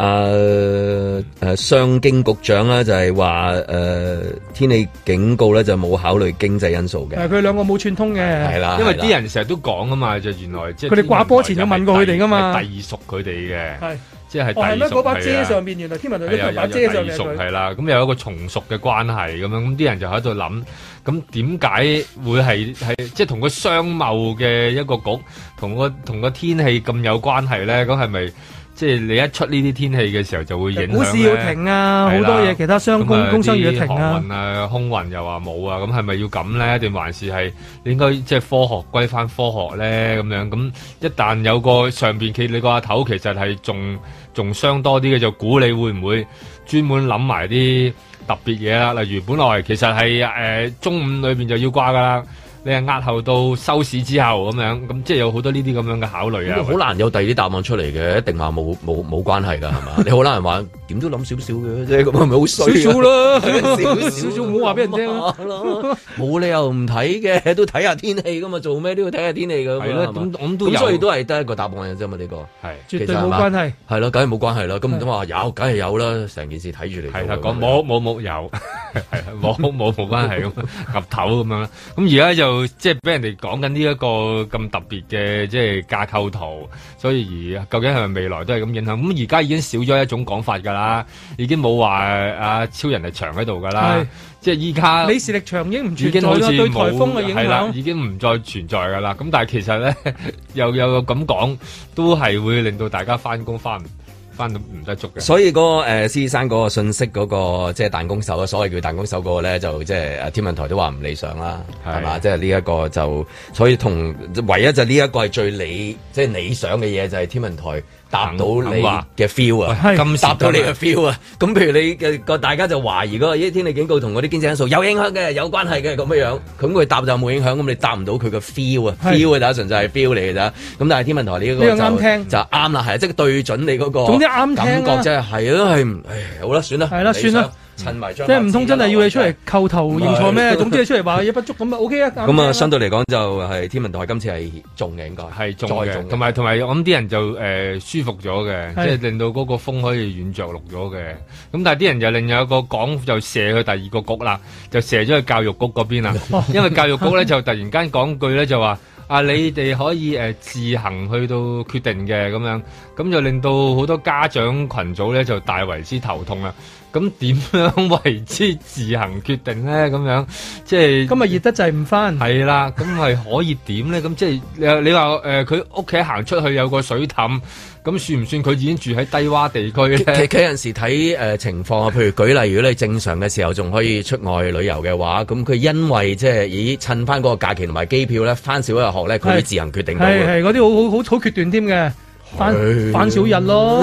啊誒商經局長咧就係話誒天氣警告咧就冇考慮經濟因素嘅，誒，佢兩個冇串通係嘅，啦，因為係啦啲人成日都講啊嘛，就原來即係佢哋掛波前有問過佢哋㗎嘛第二熟佢哋嘅，係即係哦係第咩？二熟嗰把遮係啊上面原來天文台係嗰啊，把有有遮上隸面係屬佢，係啦，咁又有一個從屬嘅關係咁樣，咁啲人就喺度諗，咁點解會係係即係同個商貿嘅一個局，同個同個天氣咁有關係咧？咁係咪即係你一出呢啲天氣嘅時候就會影響呢股市要停啊，好係啦多嘢其他商咁工啊工商要啲停啊航。運啊，空運又話冇啊，咁係咪要咁咧？定還是係應該即係科學歸翻科學咧？咁樣咁一旦有個上邊企你個阿頭，其實係仲仲傷多啲嘅，就估你會唔會專門諗埋啲特別嘢啦？例如本來其實係誒、呃中午裏邊就要掛噶啦。你係押後到收市之後咁樣，咁即係有好多呢啲咁樣嘅考慮咁啊。好難有第二啲答案出嚟嘅，一定話冇冇冇關係㗎，係嘛？你好難話點都諗少少嘅啫，咁係咪好衰啊？少少啦，少少少唔好話俾人聽啊。咯， *laughs* 冇理由唔睇嘅，都睇下天氣噶嘛，做咩都要睇下天氣噶嘛，係啦係嘛咁咁都咁有所以都係得一個答案嘅啫嘛，呢個係絕對冇關係。係咯，梗係冇關係啦。咁唔通話有，梗係有啦，成件事睇住嚟做㗎係嘛。啦，講冇冇 *laughs* 冇有，係啦冇冇冇關係咁岌頭咁樣啦。咁而家就即係俾人哋講緊呢一個咁特別嘅即係架構圖，所以而究竟係咪未來都係咁影響？咁而家已經少咗一種講法㗎啦，已經冇話啊超人係長喺度㗎啦係，即係依家李氏力場已經唔已存經在好啦，似對颱冇風嘅影係啦，響已經唔再存在㗎啦。咁但係其實咧，又 *laughs* 有咁講，都係會令到大家翻工翻唔翻到唔得足嘅。所以嗰、個誒、呃、施生嗰個信息嗰、個即係彈弓手啊，所謂叫彈弓手嗰個咧，就即係誒呃天文台都話唔理想啦，係係嘛？即係呢一個就，所以同唯一就呢一個係最理即係理想嘅嘢，就係天文台答到肯你肯話嘅 feel 啊，係今時答到你今日嘅 feel 啊。咁譬如你嘅個大家就懷疑嗰個咦天氣警告同嗰啲經濟因素有影響嗯嘅，有關係嘅咁樣樣。咁佢答就冇影響，咁你答唔到佢嘅 feel 啊係，feel 啊，大家純粹係 feel 嚟嘅咋。咁但係天文台呢一個呢就個啱聽就啱啦，係啊即係對準你嗰個。總之啱聽啦啊感覺真係係咯，係唉好啦，算啦，係啦唔理想算啦，襯埋張即係唔通真係要你出嚟叩頭認錯唔咩？係總之你出嚟話嘢不足咁啊 OK 啊。咁啊，啱相聽啦對嚟講就係天文台今次係中嘅，應該係中再嘅，中同埋同埋我諗啲人就誒、呃舒服咗嘅，係即係令到嗰個風可以軟着陸咗嘅。咁但係啲人就另有一個講就射去第二個局啦，就射咗去教育局嗰 *laughs* 邊啦。因為教育局咧就突然間講句咧就話。啊！你哋可以誒、呃自行去到決定嘅咁樣，咁就令到好多家長群組咧就大為之頭痛啦。咁點樣為之自行決定咧？咁樣即係今日熱得滯唔翻，係啦，咁係可以點咧？咁即係你你話誒，佢屋企行出去有個水氹，咁算唔算佢已經住喺低洼地區其咧？其有陣時睇誒、呃情況啊，譬如舉例，如果你正常嘅時候仲可以出外旅遊嘅話，咁佢因為即係咦趁翻嗰個假期同埋機票咧，翻少一日學咧，佢係會自行決定到啊係嘅。係嗰啲好好好好決斷添嘅，反反小日咯，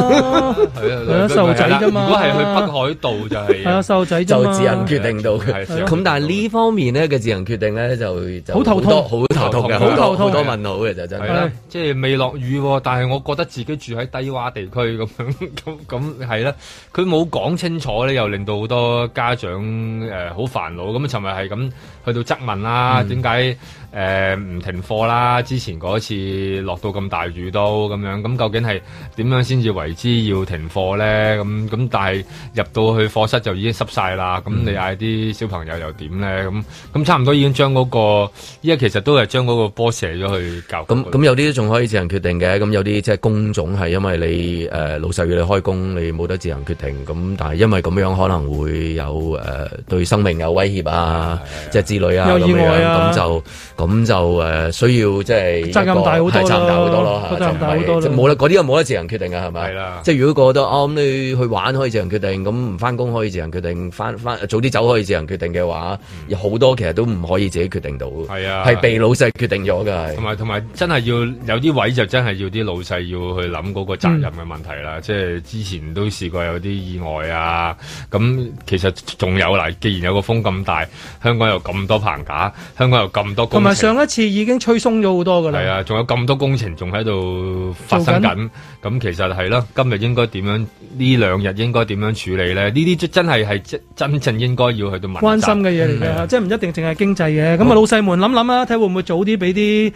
係啊係啊細路仔啫嘛如果係去北海道就係係啊，細路仔啫就嘛自行決定到佢。係咁但係呢方面咧嘅自行決定咧就就好頭痛多好頭痛嘅，好好頭多痛好多問號嘅就真係係。啦，即係未落雨喎，但係我覺得自己住喺低洼地區咁樣， *laughs* 咁咁係啦。佢冇講清楚咧，又令到好多家長誒好煩惱。咁啊尋日係咁去到質問啦，點解誒唔停課啦？之前嗰次落到咁大雨都咁樣，咁究竟係點樣先至為之要停課咧？咁咁但係入到去課室就已經濕晒啦。咁你嗌啲小朋友又點咧？咁咁差唔多已經將嗰個依家其實都係將嗰個波射咗去教育局咁咁有啲都仲可以自行決定嘅，咁有啲即係工種係因為你誒、嗯呃老細要你開工，你冇得自行決定。咁但係因為咁樣可能會有誒、呃、對生命有威脅啊，即係之類啊有咁意外樣，啊咁就咁就誒、呃需要即係責任大好多係責任大好多咯，個責任大好就唔係多咯即係冇得嗰啲又冇得自行決定啊，係咪？係啦即係如果覺得哦咁你去玩可以自行決定，咁唔翻工可以自行決定，翻翻早啲走可以自行決定嘅話，嗯有好多其實都唔可以自己決定到，係啊係被老細決定咗㗎係同。埋同埋真係要有啲位就真係要啲老細要去諗嗰個責任嘅問題嗯啦，即係之前都試過有啲意外啊，咁其實仲有啦，既然有個風咁大，香港有咁多棚架，香港有咁多同工埋程。上一次已經吹鬆咗好多噶係啦，啊，仲有咁多工程仲喺度發生做緊，咁其實係啦，今日應該點樣？呢兩日應該點樣處理咧？呢啲真真係係真真正應該要去到問責關心嘅嘢嚟嘅，即係唔一定淨係經濟嘅。咁啊，老細們諗諗啊，睇會唔會早啲俾啲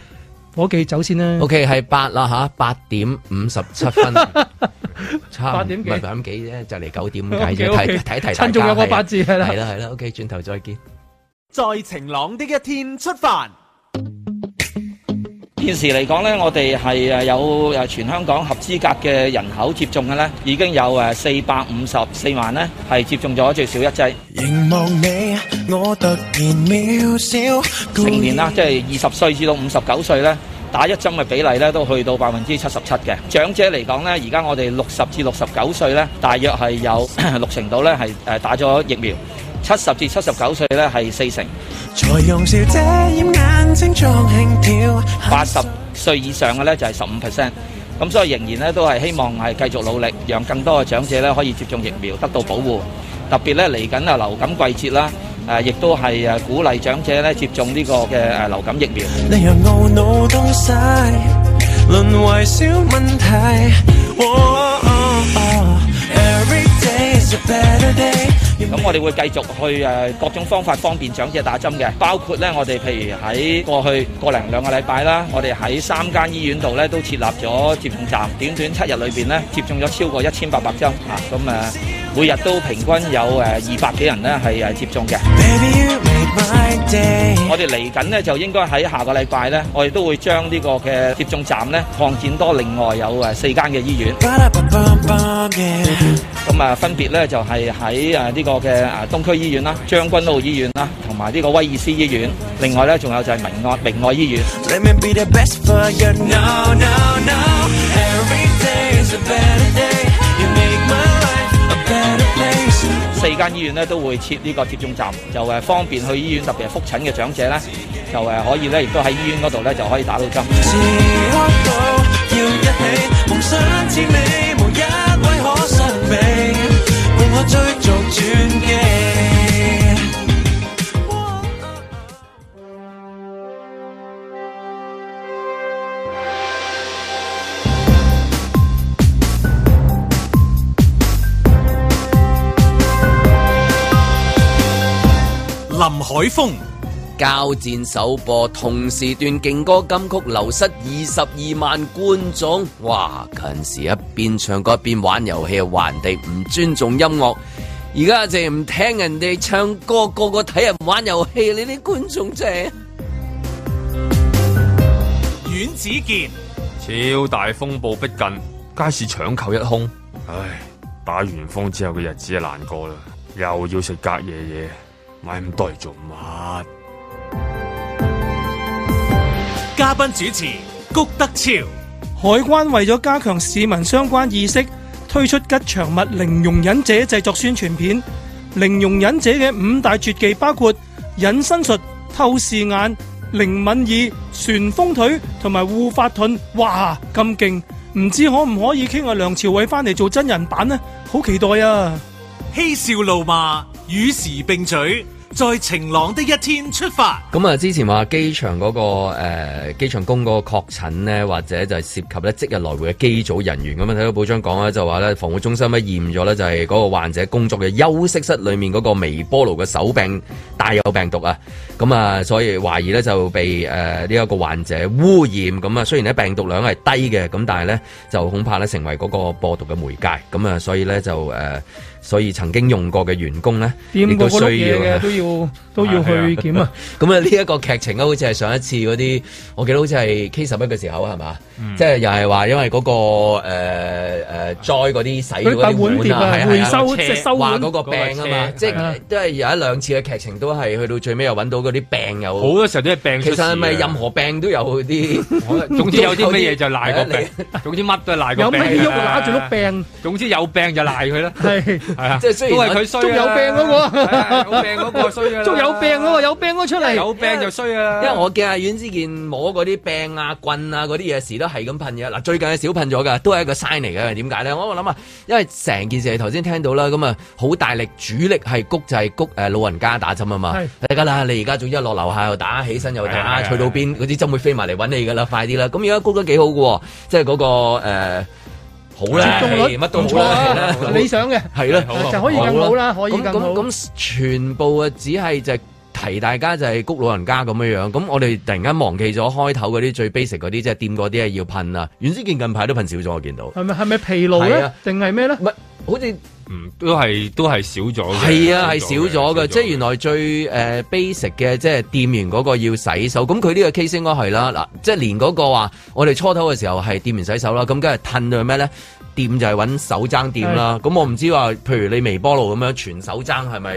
伙計走先啦 O。K 係八啦吓，八點五十七 *laughs* 分，差八唔點唔幾係八點幾啫，就嚟九 *laughs* 點咁解 OK，OK 啫，睇睇睇趁仲有個八字字係係啦啦，。係啦，OK，轉頭再見。在晴朗的一天出發。現時嚟講咧，我哋係誒有誒全香港合資格嘅人口接種嘅咧，已經有誒四百五十四萬咧係接種咗最少一劑。凝望你，我突然渺小。成年啦，即係二十歲至到五十九歲咧，打一針嘅比例咧都去到百分之七十七嘅。長者嚟講咧，而家我哋六十至六十九歲咧，大約係有 *clears throat* 六成度咧係誒打咗疫苗，七十至七十九歲咧係四成。才用笑遮掩眼睛裝輕佻。八十歲以上嘅咧就係十五 percent。咁所以仍然咧都係希望係繼續努力，讓更多嘅長者咧可以接種疫苗，得到保護。特別咧嚟緊啊流感季節啦，誒、亦都係誒鼓勵長者咧接種呢個嘅誒流感疫苗。你讓懊惱東西，淪為小問題。哦哦哦 oh, Every day is a better day。咁我哋會繼續去誒各種方法方便長者打針嘅，包括咧我哋譬如喺過去個零兩個禮拜啦，我哋喺三間醫院度咧都設立咗接種站，短短七日裏邊咧接種咗超過一千八百針啊，咁誒每日都平均有誒二百幾人咧係呃誒接種嘅。 Baby you made my day。我哋嚟緊咧就應該喺下個禮拜咧，我哋都會將呢個嘅接種站咧擴展多另外有誒四間嘅醫院。巴拉巴巴巴嘅。咁啊，分別咧就係喺誒呢個嘅誒東區醫院啦、將軍澳醫院啦，同埋呢個威爾斯醫院。另外咧，仲有就係明愛明愛醫院。 Let me be the best for you. No, no, no. Every day is a better day. You make my life a better place. 四間醫院咧都會設呢個接種站，就誒方便去醫院，特別係覆診嘅長者咧，就誒可以咧，亦都喺醫院嗰度咧就可以打到針。自可到要一起，夢想之美，無一位可相比，伴我追逐傳記。林海峰、交戰首播同時段勁歌金曲流失二十二萬觀眾，哇！近時一邊唱歌一邊玩遊戲，話人哋唔尊重音樂。而家淨係唔聽人哋唱歌，個個睇人玩遊戲，你啲觀眾真係阮子健、超大風暴逼近，街市搶購一空。唉，打完風之後嘅日子係難過啦，又要食隔夜嘢，買咁多嚟做乜？嘉賓主持谷德超、海關為咗加強市民相關意識，推出吉祥物零容忍者製作宣傳片。零容忍者嘅五大絕技包括隱身術、透視眼、靈敏耳、旋風腿同埋護法盾。哇，咁勁！唔知可唔可以傾下梁朝偉翻嚟做真人版呢？好期待啊！嬉笑怒罵，與時並舉，在晴朗的一天出發。咁啊，之前話機場嗰、個誒、呃、機場工嗰個確診咧，或者就係涉及咧即日來回嘅機組人員咁啊，睇到報章講咧就話咧，防護中心咧驗咗咧就係嗰個患者工作嘅休息室裡面嗰個微波爐嘅手柄帶有病毒啊，咁啊，所以懷疑咧就被誒呢一個患者污染，咁啊雖然咧病毒量係低嘅，咁但係咧就恐怕咧成為嗰個播毒嘅媒介，咁啊所以咧就誒、呃所以曾經用過嘅員工咧，亦掂都過嗰碌需嘢要嘅都要都要去檢啊！咁啊，呢一個劇情咧，好似係上一次嗰啲，我記得好似係 K 十一嘅時候啊係嘛，嗯即係又係話因為嗰個誒誒災嗰啲洗嗰嗰啲啲碗碟啊係回係收車即係收碗話嗰個病啊嗰個嘛車，即係係都係有一兩次嘅劇情都係去到最尾又揾到嗰啲病有好多時候都係病出其實係咪事嘅啊任何病都有啲？ *laughs* 總之有啲乜嘢就 *laughs* 賴個病，總之乜都係賴個病㗎啦。有乜嘢喐就啊揦住碌病總之有病就賴佢啦。係係啊，即係雖然都係佢衰捉有病嗰個個，有病嗰個衰㗎啦。捉有病嗰個有病嗰個出嚟，有病就衰啊！因為我見阿阮之健摸嗰啲柄啊、棍啊嗰啲嘢時都係咁噴嘢。嗱，最近係少噴咗㗎，都係一個 sign 嚟嘅。點解咧？我諗啊，因為成件事係頭先聽到啦，咁啊好大力主力係谷就係谷誒老人家打針啊嘛係。大家啦，你而家總之一落樓下又打，起身又係啊係打，啊去到邊嗰啲針會飛埋嚟揾你㗎啦，快啲啦！咁而家谷得幾好嘅喎，即係嗰個誒好啦，接種率乜都唔好錯啦啊，係啦理想嘅係啊啦，啊就可以更好啦可以咁更好咁咁全部啊，只係就係提大家就係谷老人家咁樣樣。咁我哋突然間忘記咗開頭嗰啲最 basic 嗰啲，即係掂嗰啲係要噴啊。阮之健近排都噴少咗，我見到。係咪係咪疲勞係咧啊？定係咩咧？好似嗯都係都係少咗嘅。係啊，係少咗嘅嘅，即係原來最誒、呃 basic 嘅，即係掂完嗰個要洗手。咁佢呢個 case 應該係啦，嗱，即係連嗰個話，我哋初頭嘅時候係掂完洗手啦，咁梗係褪到咩咧？掂就係揾手踭掂啦。咁我唔知話，譬如你微波爐咁樣全手踭係咪？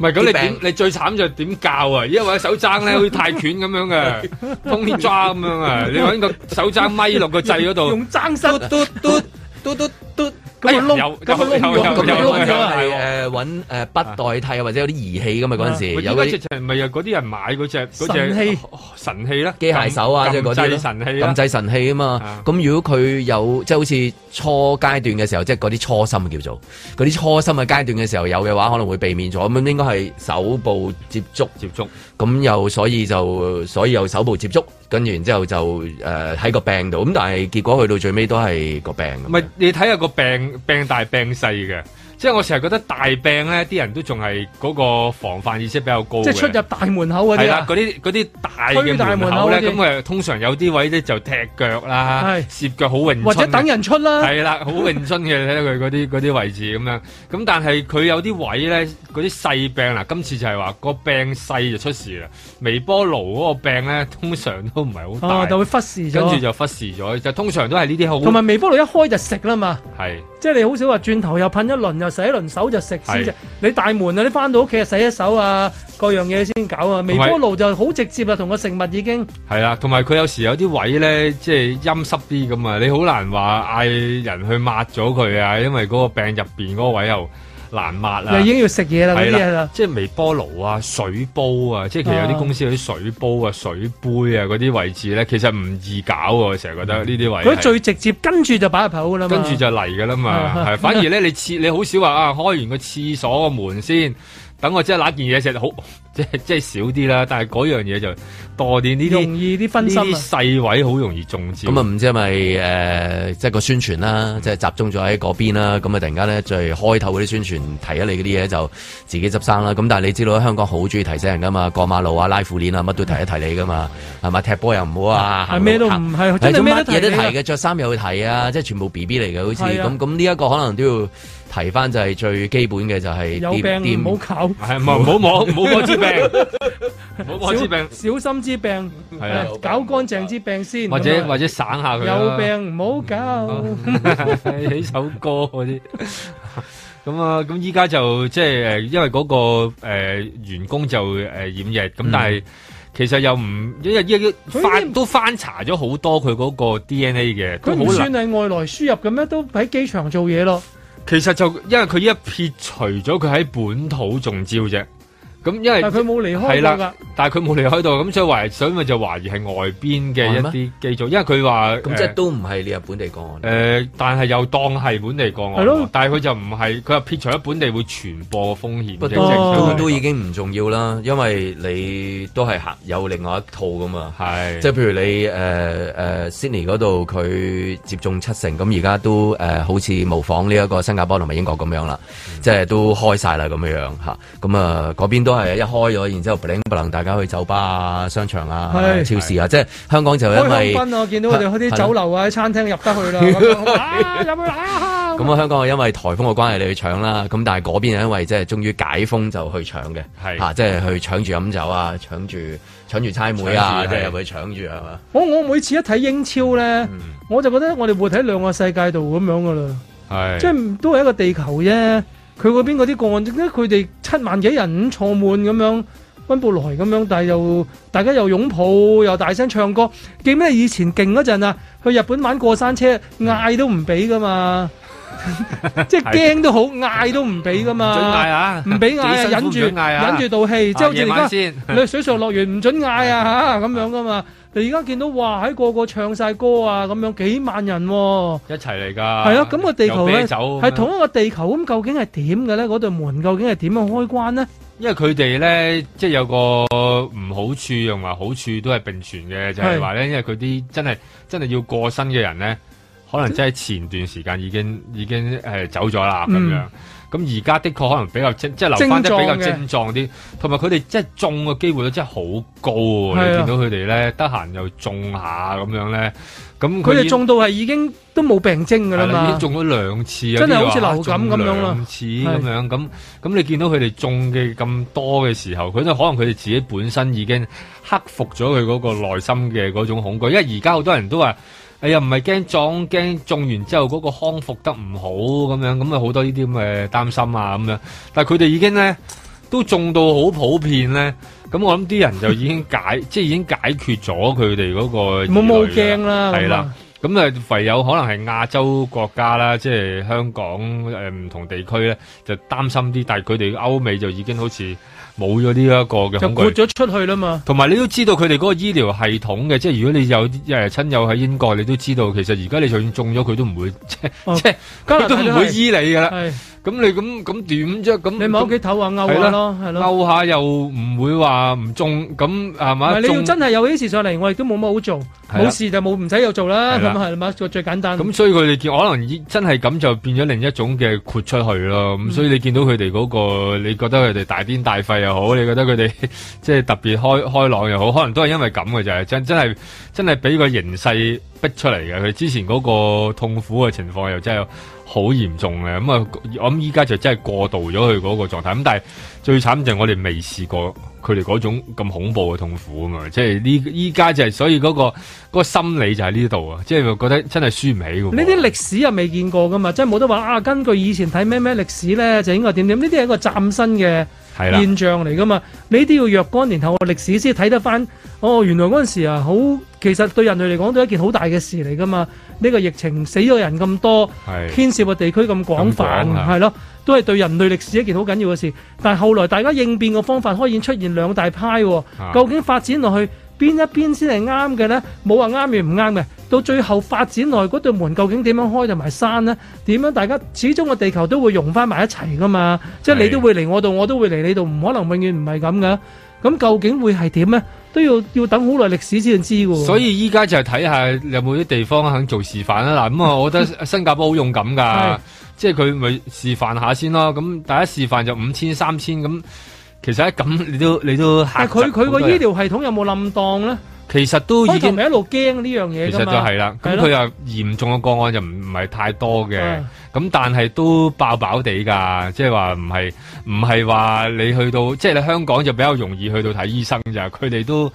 唔係咁你啲點病？你最慘就係點教啊！因為手踭咧好似泰拳咁樣嘅，Tony Jaa 咁樣啊！你揾個手踭咪落個掣嗰度，用爭身嘟嘟嘟嘟嘟，哎呀咁啊窿有咁啊窿有有咁有樣有嗰有陣有有係誒揾誒筆代替啊，或者有啲儀器噶嘛嗰陣時，喂有依家嗰直啲情咪係嗰啲人買嗰只嗰神器只神器啦，機械手啊，撳即係嗰啲撳掣咯神器撳。啦掣神器啊嘛啊。咁如果佢有即係好似初階段嘅時候，即係嗰啲初心叫做嗰啲初心嘅階段嘅時候有嘅話，可能會避免咗。咁應該係手部接觸，接觸咁又所以就所以有手部接觸，跟住然之後就誒喺個病度。咁但係結果去到最尾都係個病咁唔樣。係你睇下個病病大病細嘅，即係我成日覺得大病咧，啲人都仲係嗰個防範意識比較高嘅。即係出入大門口嗰係啲啦啊，嗰啲嗰啲大嘅門口咧，咁誒通常有啲位咧就踢腳啦，涉腳好詠或者等人啊出啦，係啦，好詠春嘅，睇到佢嗰啲嗰啲位置咁樣。咁但係佢有啲位咧，嗰啲細病啦，今次就係話個病細就出事啦。微波爐嗰個病咧，通常都唔係好啊大就，會忽視跟住咗。就忽視咗，就通常都係呢啲好同埋微波爐一開就食啦嘛，係。即係你好少話轉頭又噴一輪又洗一輪手就食先係啫。你大門啊，你翻到屋企啊洗一手啊，各樣嘢先搞啊。微波爐就好直接啦，同個食物已經係啦，同埋佢有時有啲位咧，即係陰濕啲咁啊，你好難話嗌人去抹咗佢啊，因為嗰個病入邊嗰個位又難抹啊又已。經要食嘢啦嗰啲嘢啦。即係微波爐啊、水煲啊，即係其實有啲公司有啲水煲啊、水杯啊嗰啲位置咧，其實唔易搞喎。我成日覺得呢啲位嗰啲係。嗯最直接，跟住就擺入口噶啦嘛。跟住就嚟噶啦嘛，啊係反而咧，你廁你好少話啊，開完個廁所個門先，等我即係揦件嘢食，好即係即係少啲啦。但係嗰樣嘢就多啲呢啲容易啲分心啊呢啲細位好容易中招。咁啊，唔知係咪誒，即係個宣傳嗯啦，即係集中咗喺嗰邊啦。咁啊，突然間咧，最開頭嗰啲宣傳提咗你嗰啲嘢，就自己執生啦。咁但係你知道香港好中意提醒人噶嘛，過馬路啊、拉褲鏈啊，乜都提一提你噶嘛，係咪？踢波又唔好啊，係行路咩都唔行係真係總咩乜都嘢都提提你嘅，着衫又要提啊，即係全部 B B 嚟嘅，好似係啊咁咁呢一個可能都要提翻，就係最基本嘅就係有掂病掂唔好搞。係唔好唔好摸唔好摸支病，唔好摸支病，小心之病，係啊誒搞乾淨之病先。或咁者啊或者省下佢啦有病唔好搞， *laughs* 起首歌嗰啲。咁啊，咁依家就即係誒，因為嗰、個誒、呃、員工就誒、呃染疫，咁但係其實又唔，因為依家翻都翻查咗好多佢嗰個 DNA 嘅，佢都唔好算啊難。係外來輸入嘅咩？都喺機場做嘢咯。其實就因為佢依家撇除咗佢喺本土中招啫，咁因為但係佢冇離開過㗎係啦，但係佢冇離開到，咁所以懷所以咪就懷疑係外邊嘅一係咩啲機組，因為佢話咁即係都唔係你日本地個案。誒、但係又當係本地個案係喎咯，但係佢就唔係，佢又撇除咗本地會傳播嘅風險不啫。過正常都嚟都講已經唔重要啦，因為你都係行有另外一套噶嘛，係即係譬如你誒誒 Sydney 嗰度佢接種七成，咁而家都誒、呃好似模仿呢一個新加坡同埋英國咁樣啦，嗯即係都開晒啦咁樣樣嚇，咁啊嗰邊都係一開咗，然之後 bling bling 大家去酒吧啊、商場啊、係超市啊，即係香港就因開為香檳啊！我見到佢哋開係啲啦酒樓啊、喺餐廳入得去啦咁樣，啊入去啦！咁啊，香港係因為颱風嘅關係你去搶啦，咁但係嗰邊係因為即係終於解封就去搶嘅，係啊即係去搶住飲酒啊，搶住搶住猜妹搶啊，住即係係入去搶住係嘛？我我每次一睇英超咧，我就覺得我哋活喺兩個世界度咁樣噶啦，係即係都係一個地球啫。佢嗰邊嗰啲個案，點解佢哋七萬幾人咁坐滿咁樣，温布萊咁樣，但係又大家又擁抱又大聲唱歌，記唔記得以前勁嗰陣啊？去日本玩過山車，嗌都唔俾 *laughs* 噶嘛。即係驚都好，嗌都唔俾噶嘛，唔准嗌啊唔俾嗌啊，幾辛苦忍住，唔准嗌啊忍住道氣，即係啊好似夜晚而先家你去水上樂園唔准嗌啊吓咁樣噶嘛。你而家見到哇，喺個個唱晒歌啊咁樣，幾萬人喎。 *laughs* 一齊嚟㗎。係啊，咁個地球有咧啤酒咁樣係同一個地球，咁究竟係點嘅咧？嗰對門究竟係點樣開關咧？因為佢哋咧，即係有個唔好處同埋好處都係並存嘅，就係話咧，因為佢啲真係真係要過身嘅人咧，可能真係前段時間已經已經誒、呃走咗啦咁嗯樣。咁而家的確可能比較精，即係留翻得比較精壯嘅精壯啲，同埋佢哋即係中嘅機會率真係好高係喎。啊你見到佢哋咧，得閒又中下咁樣咧，咁佢已哋經中到係已經都冇病徵㗎啦係啦，已嘛經。中咗兩次啊！真有係啲好似話流感咁樣啦中兩次咁樣咁咁，你見到佢哋中嘅咁多嘅時候，佢都可能佢哋自己本身已經克服咗佢嗰個內心嘅嗰種恐懼，因為而家好多人都話。哎呀，唔係驚撞，驚中完之後嗰個康復得唔好咁樣，咁啊好多呢啲咁嘅擔心啊咁樣。但係佢哋已經咧都中到好普遍咧，咁我諗啲人就已經解，即係已經解決咗佢哋嗰個冇冇疑慮㗎驚啦係咁啦啊。咁誒，唯有可能係亞洲國家啦，即係香港誒唔同地區咧，就擔心啲，但係佢哋歐美就已經好似冇咗呢一個嘅就恐豁懼。咗出去啦嘛。同埋你都知道佢哋嗰個醫療系統嘅，即係如果你有誒親友喺英國，你都知道其實而家你就算中咗，佢都唔會 *laughs* 即係哦即係加拿佢大都都係唔會醫啊你噶啦係。咁你咁咁點啫？咁你咪喺屋企唞下係嘔下咯，係咯。勾下又唔會話唔中，咁係唔嘛？係你要中真係有啲事上嚟，我亦都冇乜好做，係啦冇事就冇唔使有做啦，係啦咁啊係嘛，最最簡單。咁所以佢哋見可能真係咁就變咗另一種嘅豁出去咯。咁、所以你見到佢哋嗰個，你覺得佢哋大癲大肺又好，你覺得佢哋即係特別開開朗又好，可能都係因為咁嘅就係真真係真係俾個形勢逼出嚟嘅。佢之前嗰個痛苦嘅情況又真係好嚴重嘅。咁啊，我諗依家就真係過渡咗佢嗰個狀態。咁但係最慘就係我哋未試過佢哋嗰種咁恐怖嘅痛苦啊嘛。即係呢依家就係、所以嗰、個嗰、個心理就喺呢度啊，即係覺得真係輸唔起㗎喎呢啲歷史又未見過噶嘛，即係冇得話啊！根據以前睇咩咩歷史咧，就應該點點。呢啲係一個嶄新嘅係啦現象嚟噶嘛。你都要若干年後嘅歷史先睇得翻。哦，原來嗰陣時啊，好其實對人類嚟講都係一件好大嘅事嚟噶嘛。呢個疫情死咗人咁多，係牽涉嘅地區咁廣泛咁廣啊，係咯，都係對人類歷史一件好緊要嘅事。但係後來大家應變嘅方法開始出現兩大派喎、啊究竟發展落去邊一邊先係啱嘅呢？冇話啱與唔啱嘅，到最後發展落去嗰對門究竟點樣開同埋閂呢？點樣大家始終個地球都會融翻埋一齊噶嘛？即係你係都會嚟我度，我都會嚟你度，唔可能永遠唔係咁噶。咁究竟會係點呢？都要要等好耐歷史先知嘅喎。所以依家就係睇下有冇啲地方肯做示範啦。嗱， *laughs* 咁啊，我覺得新加坡好勇敢㗎，即係佢咪示範下先咯。咁大家示範就五千、三千咁，其實一咁你都你都嚇但係佢窒佢好個多醫人療系統有冇冧檔呢？其實都已開頭經咪一路驚呢樣嘢其㗎實嘛。都係啦。咁係咯佢又嚴重嘅個案就唔唔係太多嘅嗯，咁但係都爆爆地㗎，即係話唔係唔係話你去到即係你香港就比較容易去到睇醫生咋，佢哋都。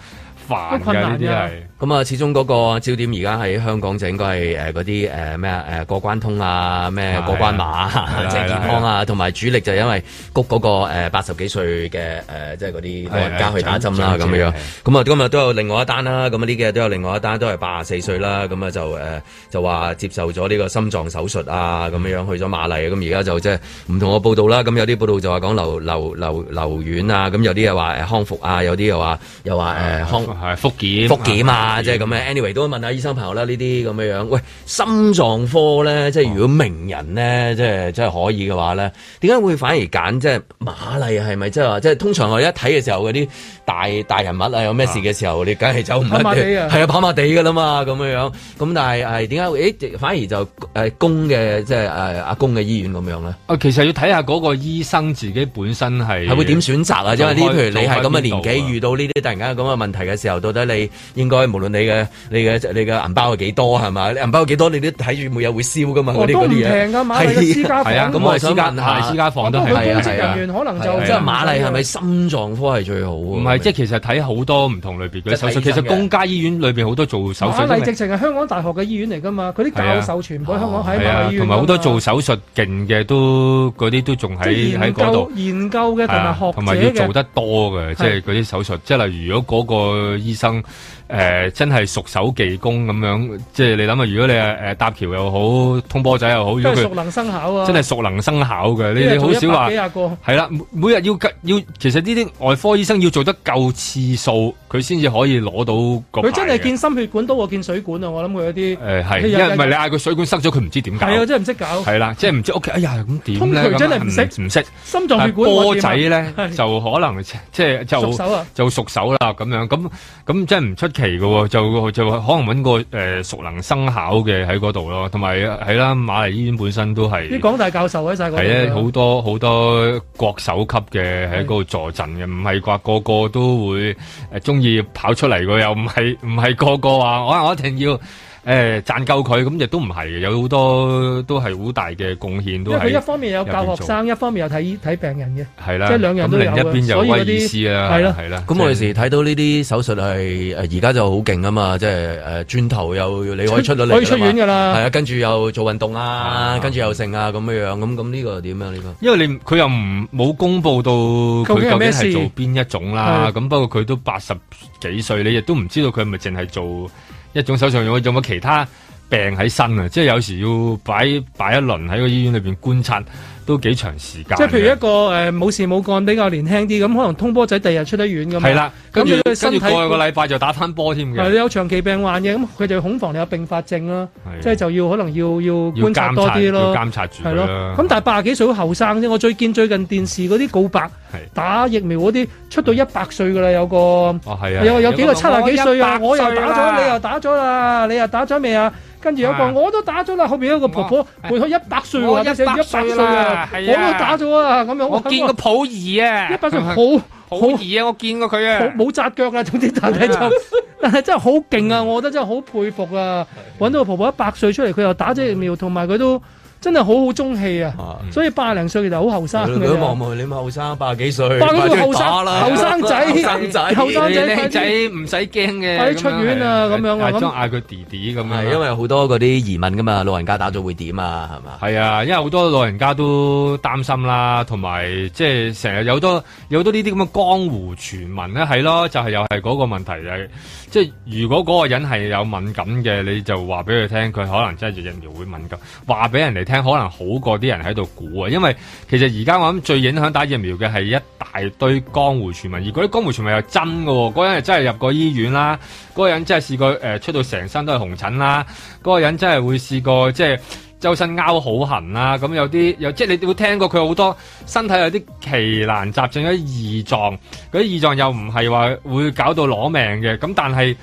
煩嘅呢啲係。咁啊，始終嗰個焦點而家喺香港就應該係誒呃嗰啲誒咩啊誒過關通啊，咩過關馬係啊啦，即係健係康啊，同埋主力就因為谷嗰個誒八十幾歲嘅誒，即係嗰啲老人家去打針啦係係咁長者樣係。咁啊，今日都有另外一單啦，咁啊呢幾日都有另外一單，都係八十四歲啦，咁啊就誒、呃就話接受咗呢個心臟手術啊，咁嗯樣去咗馬麗，咁而家就即係唔同嘅報道啦，咁有啲報道就話講留留留留院啊，咁有啲又話誒康復啊，有啲又話又話啊誒康係復檢哦復檢啊，係即係咁樣。anyway 都問下醫生朋友啦，呢啲咁樣樣。喂，心臟科咧，即係如果名人咧，即係即係可以嘅話咧，點解會反而揀即係馬麗係咪即係話即係通常我一睇嘅時候嗰啲大大人物啊，有咩事嘅時候，你梗係走唔甩跑馬地啊係啊跑馬地㗎啦嘛，咁樣樣。咁但係係點解？誒反而就誒公嘅即係誒阿公嘅醫院咁樣咧？啊，其實要睇下嗰個醫生自己本身係係會點選擇啊？因為呢，譬如你係咁嘅年紀，遇遇到呢啲突然間有咁嘅問題嘅時候，到底你應該無論你嘅你嘅呃你嘅銀包係幾多係嘛？你銀包有幾多你都睇住每日會燒噶嘛？嗰哦啲都嗰唔啲嘢平㗎馬麗嘅私係家房啊，咁我想問下係私家房都係不過佢係啊公職係啊人員可能就即係馬麗係咪心臟科係最好啊？唔唔係，即係其實睇好多唔同類別嘅手術。即係睇醫其生嘅實公家醫院裏邊好多做手術馬都麗直係，情係香港大學嘅醫院嚟㗎嘛，佢啲教授全部喺香港喺係馬啊麗醫，院同㗎嘛埋好多做手術勁嘅都嗰啲都仲即喺係喺研嗰度究。研究嘅同埋學係啊同埋要者做嘅。得多嘅，即係係嗰啲手術，即係例如如果嗰個醫生誒、呃真係熟手技工咁樣，即係你諗下，如果你係誒搭橋又好，通波仔又好，如都果係熟佢能生巧啊！真係熟能生巧嘅，一你日你做好少100話幾廿個係啦，每每日要吉要，其實呢啲外科醫生要做得夠次數，佢先至可以攞到個佢真牌係嘅見心血管多過見水管啊！我諗佢有啲誒係，你因日為日唔係你嗌佢水管塞咗，佢唔知點搞。係啊，真係唔識搞。係啦，即係唔知屋企，哎呀咁點通咧？渠真係咁啊唔識唔識心臟血管啊我波點啊仔咧 *laughs* 係就可能即即係就熟手啊就熟手啦咁樣，咁咁真係唔出奇嘅喎，就就可能揾個誒熟能生巧嘅喺嗰度咯，同埋係啦，馬嚟醫院本身都係啲港大教授喺晒嗰度㗎。係啊，好多好多國手級嘅喺嗰度助陣嘅，唔係話個個都會誒中意跑出嚟嘅，又唔係唔係個個話我我一定要。誒賺夠佢咁亦都唔係嘅，有好多都係好大嘅貢獻，都因為佢係一方面有教學生，一方面有睇睇病人嘅。係啦，即係兩樣咁都有另一邊嘅就所以威嗰爾啲斯啦，係啦係啦。咁我有時睇到呢啲手術係誒而家就好勁啊嘛，即係誒轉頭又你可以出到嚟㗎啦嘛， *laughs* 可以出院㗎啦係啊，跟住又做運動啊，跟住又剩啊咁樣樣，咁咁呢個點樣呢個？因為你佢又唔冇公佈到佢究竟係究竟咩係事做邊一種啦，係咁不過佢都八十幾歲，你亦都唔知道佢係咪淨係做一種手術，有冇其他病喺身啊？即係有時要擺擺一輪喺個醫院裏邊觀察，都幾長時間嘅。即係譬如一個誒冇事冇幹比較年輕啲咁，可能通波仔第日出得院咁。係啦，跟住咁跟佢身住體過個禮拜就打翻波添係你嘅，有長期病患嘅，咁佢就恐防你有併發症啦係，即係就要可能要要要觀察監多察啲要咯。監察住係佢咯啦，。咁但係八十幾歲好後生啫。我最見最近電視嗰啲告白係打疫苗嗰啲，出到一百歲㗎啦，有個哦係啊，有有幾個七十幾歲啊，我又100打歲啦咗，你又打咗啦，你又打咗未啊？跟住有個啊我都打咗啦，後邊有個婆婆陪佢一百歲我喎，寫一百100歲歲啊啦，我係啊都打咗啊，咁樣我見過普兒啊，一 *laughs* 百歲好好普兒啊，我見過佢冇啊。冇扎腳啊，總之但係就 *laughs* 但係真係好勁啊！我覺得真係好佩服啊！揾到個婆婆一百歲出嚟，佢又打咗疫苗，同埋佢都真係好好中氣哦啊！啊所以八十零歲其實好後生你嘅都望啫。望你咪後生百幾歲，八十幾歲後哎打生啦後生仔後生仔，後生你仔僆快仔啲唔使驚嘅，快啲出院啊咁樣啊嗌咁嗯裝嗌佢弟弟咁樣啊， *laughs* 係因為好多嗰啲疑問噶嘛，老人家打咗會點啊，係嘛？係啊，因為好多老人家都擔心啦，同埋即係成日有好多有好多呢啲咁嘅江湖傳聞咧，係咯，就係、又係嗰個問題就係，即係如果嗰個人係有敏感嘅，你就話俾佢聽，佢可能真係疫苗會敏感，話俾人哋聽，可能好過啲人喺度估啊，因為其實而家我諗最影響打疫苗嘅係一大堆江湖傳聞，而嗰啲江湖傳聞又真嘅喎，嗰個人係真係入過醫院啦，嗰、個人真係試過誒、呃出到成身都係紅疹啦，嗰、個人真係會試過即係。周身拗好痕啦，咁有啲有即係你會聽過佢好多身體有啲奇難雜症嗰啲異狀，嗰啲異狀又唔係話會搞到攞命嘅，咁但係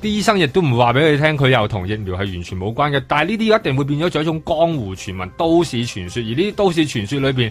啲醫生亦都唔會話俾佢聽，佢又同疫苗係完全冇關嘅。但係呢啲一定會變咗做一種江湖傳聞、都市傳說，而呢啲都市傳說裏邊。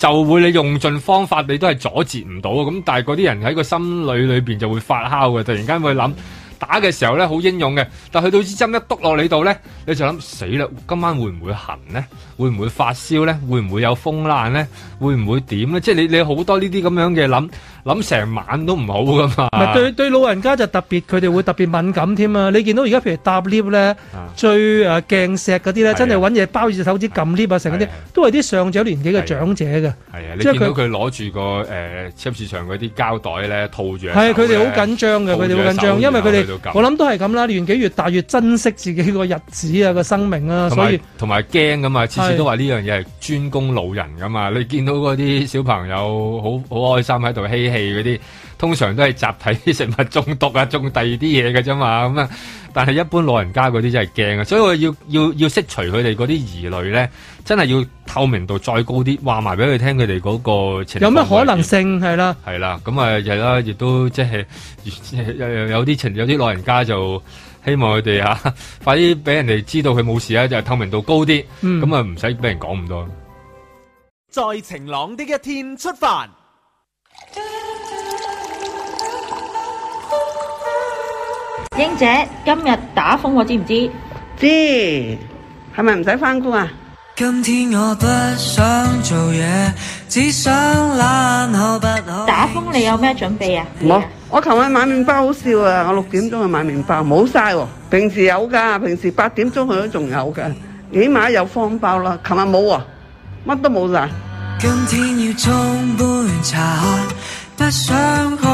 就會你用盡方法，你都係阻截唔到啊！咁但係嗰啲人喺個心裏裏邊就會發酵嘅，突然間會諗打嘅時候咧好英勇嘅，但去到支針一篤落你度咧，你就諗死啦！今晚會唔會痕咧？會唔會發燒咧？會唔會有風爛咧？會唔會點咧？即係你你好多呢啲咁樣嘅諗諗成晚都唔好噶嘛。咪對對老人家就特別，佢哋會特別敏感添啊！你見到而家譬如搭 lift 咧啊，最誒鏡石嗰啲咧，真係揾嘢包住隻手指撳 lift 啊，成嗰啲都係啲上咗年紀嘅長者嘅，係啊，你見到佢攞住個誒超市場嗰啲膠袋咧套住隻手係啊呢，佢哋好緊張嘅，佢哋好緊張，因為佢哋我諗都係咁啦，年紀越大越珍惜自己個日子啊個生命啊，同所以埋。同埋驚噶嘛，次次係都話呢樣嘢係專攻老人噶嘛。你見到嗰啲小朋友好好開心喺度嬉戲嗰啲，通常都係集體食物中毒啊，中第二啲嘢嘅啫嘛。咁啊，但係一般老人家嗰啲真係驚啊，所以我要要要釋除佢哋嗰啲疑慮咧，真係要透明度再高啲，話埋俾佢聽佢哋嗰個情況有咩可能性係啦？係啦，咁啊，係啦，亦都即係有有有啲情有啲老人家就希望佢哋嚇 *laughs* 快啲俾人哋知道佢冇事啊，就透明度高啲，嗯咁啊唔使俾人講咁多。在晴朗的一天出發。英姐，今日打風我知唔知？知，係咪唔使翻工啊？今天我不想做嘢，只想懶好不好？打風你有咩準備啊？我我琴晚買麵包好笑啊！我六點鐘去買麵包，冇晒喎。平時有㗎，平時八點鐘佢都仲有㗎，起碼有方包啦。琴日冇啊，乜都冇晒。今天要沖杯茶不想哭，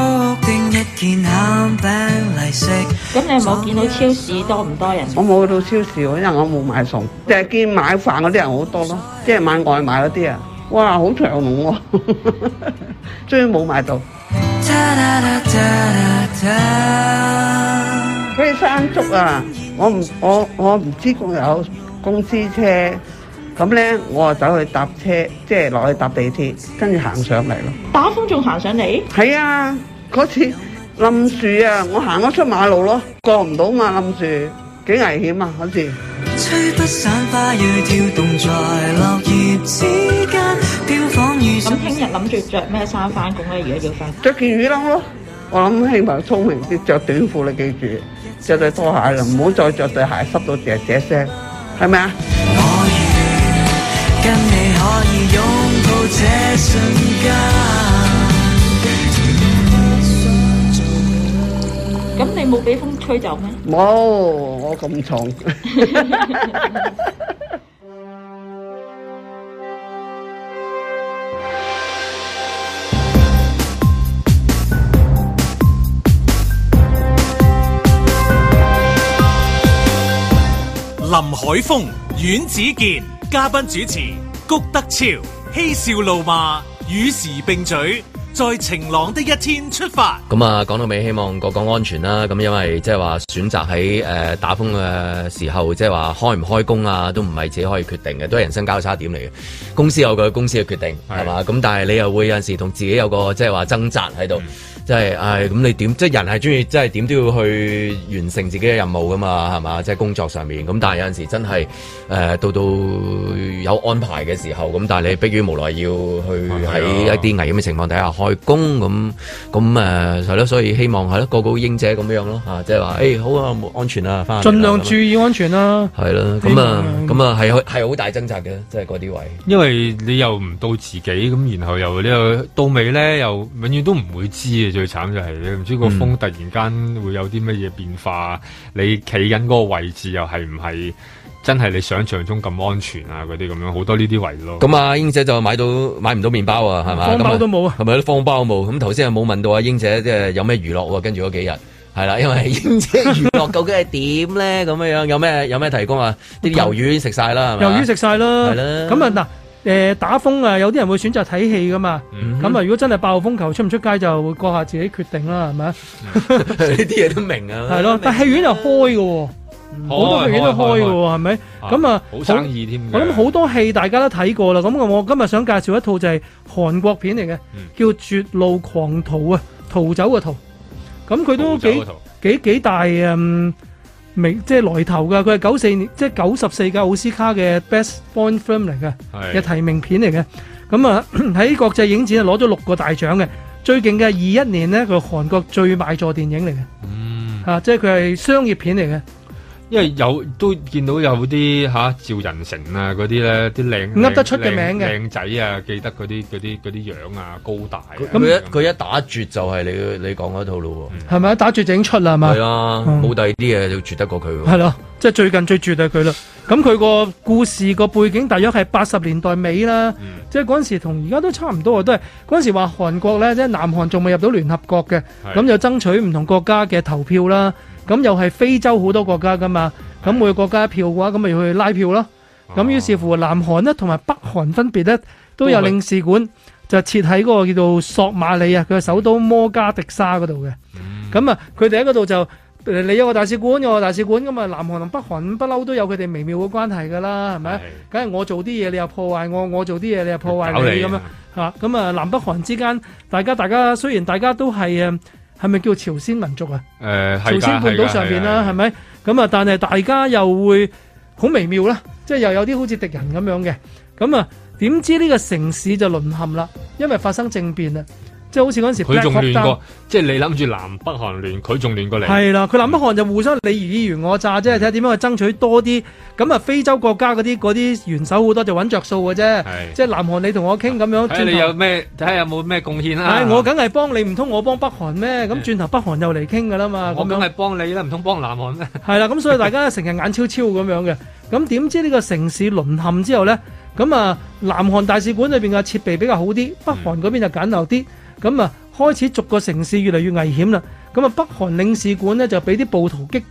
定一件餡餅嚟食。咁你有冇見到超市多唔多人？我冇去到超市喎，因為我冇買餸，就係見買飯嗰啲人好多咯，即係買外賣嗰啲啊，哇，好長龍喎、終於冇買到。佢哋山竹啊，我唔我我唔知公有公司車，咁咧我就走去搭車，即係落去搭地鐵，跟住行上嚟咯。打風仲行上嚟？係啊，嗰次冧樹啊，我行咗出馬路咯，過唔到嘛冧樹，幾危險啊嗰次。吹不散花蕊跳動在落葉之間，飄咁聽日諗住着咩衫翻工咧？如果要翻，着件雨褸咯，我諗希望聰明啲，着短褲你記住，着對拖鞋啦，唔好再着對鞋濕到姐姐聲，係咪啊？跟你可以擁抱這瞬咁你冇俾風吹走咩？冇，我咁重。林海峰、阮子健，嘉賓主持谷德超，嬉笑怒罵，與時並舉，在晴朗的一天出發。咁啊，講到尾希望個個安全啦。咁因為即係話選擇喺誒、呃打風嘅時候，即係話開唔開工啊，都唔係自己可以決定嘅，都係人生交叉點嚟嘅。公司有佢公司嘅決定，係嘛？咁但係你又會有陣時同自己有個即係話掙扎喺度，即係唉咁你點？即係人係中意即係點都要去完成自己嘅任務噶嘛，係嘛？即係工作上面。咁但係有陣時真係誒、呃到到有安排嘅時候，咁但係你迫於無奈要去喺一啲。啲危險嘅情況底下開工咁咁誒呃係咯，所以希望係咯個個英姐咁樣咯嚇，即係話誒好啊，冇安全啊，翻盡量注意安全啦。係啦，咁啊咁啊係係好大掙扎嘅，即係嗰啲位。因為你又唔到自己咁，然後又呢個到尾咧，又永遠都唔會知嘅。最慘就係你唔知個嗯風突然間會有啲乜嘢變化，你企緊嗰個位置又係唔係真係你想象中咁安全啊？嗰啲咁樣好多呢啲位咯。咁啊，英姐就買到買唔到麵包啊，係嘛？方包咁都冇啊，係咪啲方包都冇？咁頭先又冇問到啊，英姐即係有咩娛樂喎？跟住嗰幾日係啦，因 *laughs* 為英姐娛樂究竟係點咧？咁樣樣有咩有咩提供啊？啲魷魚食晒啦，係嘛？魷魚食晒啦，係啦咁啊嗱，誒打風啊，有啲人會選擇睇戲噶嘛。嗯咁啊，如果真係爆風球出唔出街，就會過下自己決定啦，係咪啊？ *laughs* 呢啲嘢都明啊，係咯，但戲院又開嘅喎，嗯好多戲院都開嘅喎，係咪？咁啊，好生意添嘅我諗好多戲大家都睇過啦。咁我今日想介紹一套就係韓國片嚟嘅，叫《絕路狂徒》啊，逃走嘅逃。咁佢都幾幾幾大嗯名，即係來頭㗎。佢係九四年，即係九十四屆奧斯卡嘅 Best Foreign Film 嚟嘅係嘅提名片嚟嘅。咁啊 *clears throat* 喺國際影展啊攞咗六個大獎嘅，最勁嘅係二一年呢，佢韓國最賣座電影嚟嘅。啊，即係佢係商業片嚟嘅。因為有都見到有啲吓趙仁成啊嗰啲咧，啲靚噏得出嘅靚名嘅靚仔啊，記得嗰啲嗰啲嗰啲樣啊，高大啊佢佢一佢一打絕就係你你講嗰套咯係咪打絕整出啦？喎，係嘛？係啊，嗯冇第二啲嘢就絕得過佢喎。係咯，即係最近最絕就係佢啦。咁佢個故事個背景大約係八十年代尾啦，即係嗰陣時同而家都差唔多啊，都係嗰陣時話韓國咧，即係南韓仲未入到聯合國嘅，係咁就爭取唔同國家嘅投票啦。咁又係非洲好多國家噶嘛，咁每個國家一票嘅話，咁咪要去拉票咯。咁於是乎，南韓咧同埋北韓分別咧都有都係領事館，就設喺嗰個叫做索馬里啊，佢嘅首都摩加迪沙嗰度嘅。咁啊，佢哋喺嗰度就誒你有個大使館，有個大使館咁啊，南韓同北韓不嬲都有佢哋微妙嘅關係㗎啦，係咪？梗係我做啲嘢，你又破壞我；我做啲嘢，你又破壞嗯搞你你咁樣啊嚇。咁啊，南北韓之間，大家大家雖然大家都係誒，係咪叫朝鮮民族啊？誒係朝㗎鮮半島上面啦，係咪？咁啊，但係大家又會好微妙啦，即係又有啲好似敵人咁樣嘅。咁啊，點知呢個城市就淪陷啦，因為發生政變啦，即係好似嗰陣時佢仲 Black Hawk 亂 Down 過，即係你諗住南北韓亂，佢仲亂過你。係啊啦，佢南北韓就互相你如意如我詐，即係睇下點樣去爭取多啲。咁啊，非洲國家嗰啲嗰啲元首好多就揾着數嘅啫，即係南韓你同我傾咁樣，睇下轉你頭有啊咩，睇下有冇咩貢獻啦。唉我梗係幫你，唔通我幫北韓咩？咁轉頭北韓又嚟傾㗎啦嘛，嗯我咁梗樣係幫你啦，唔通幫南韓 *laughs* 咩？係啦，咁所以大家成日眼超超咁樣嘅。咁點知呢個城市淪陷之後呢？咁啊南韓大使館裏邊嘅設備比較好啲，北韓嗰邊就簡陋啲。咁啊開始逐個城市越嚟越危險啦。咁啊北韓領事館呢，就俾啲暴徒擊，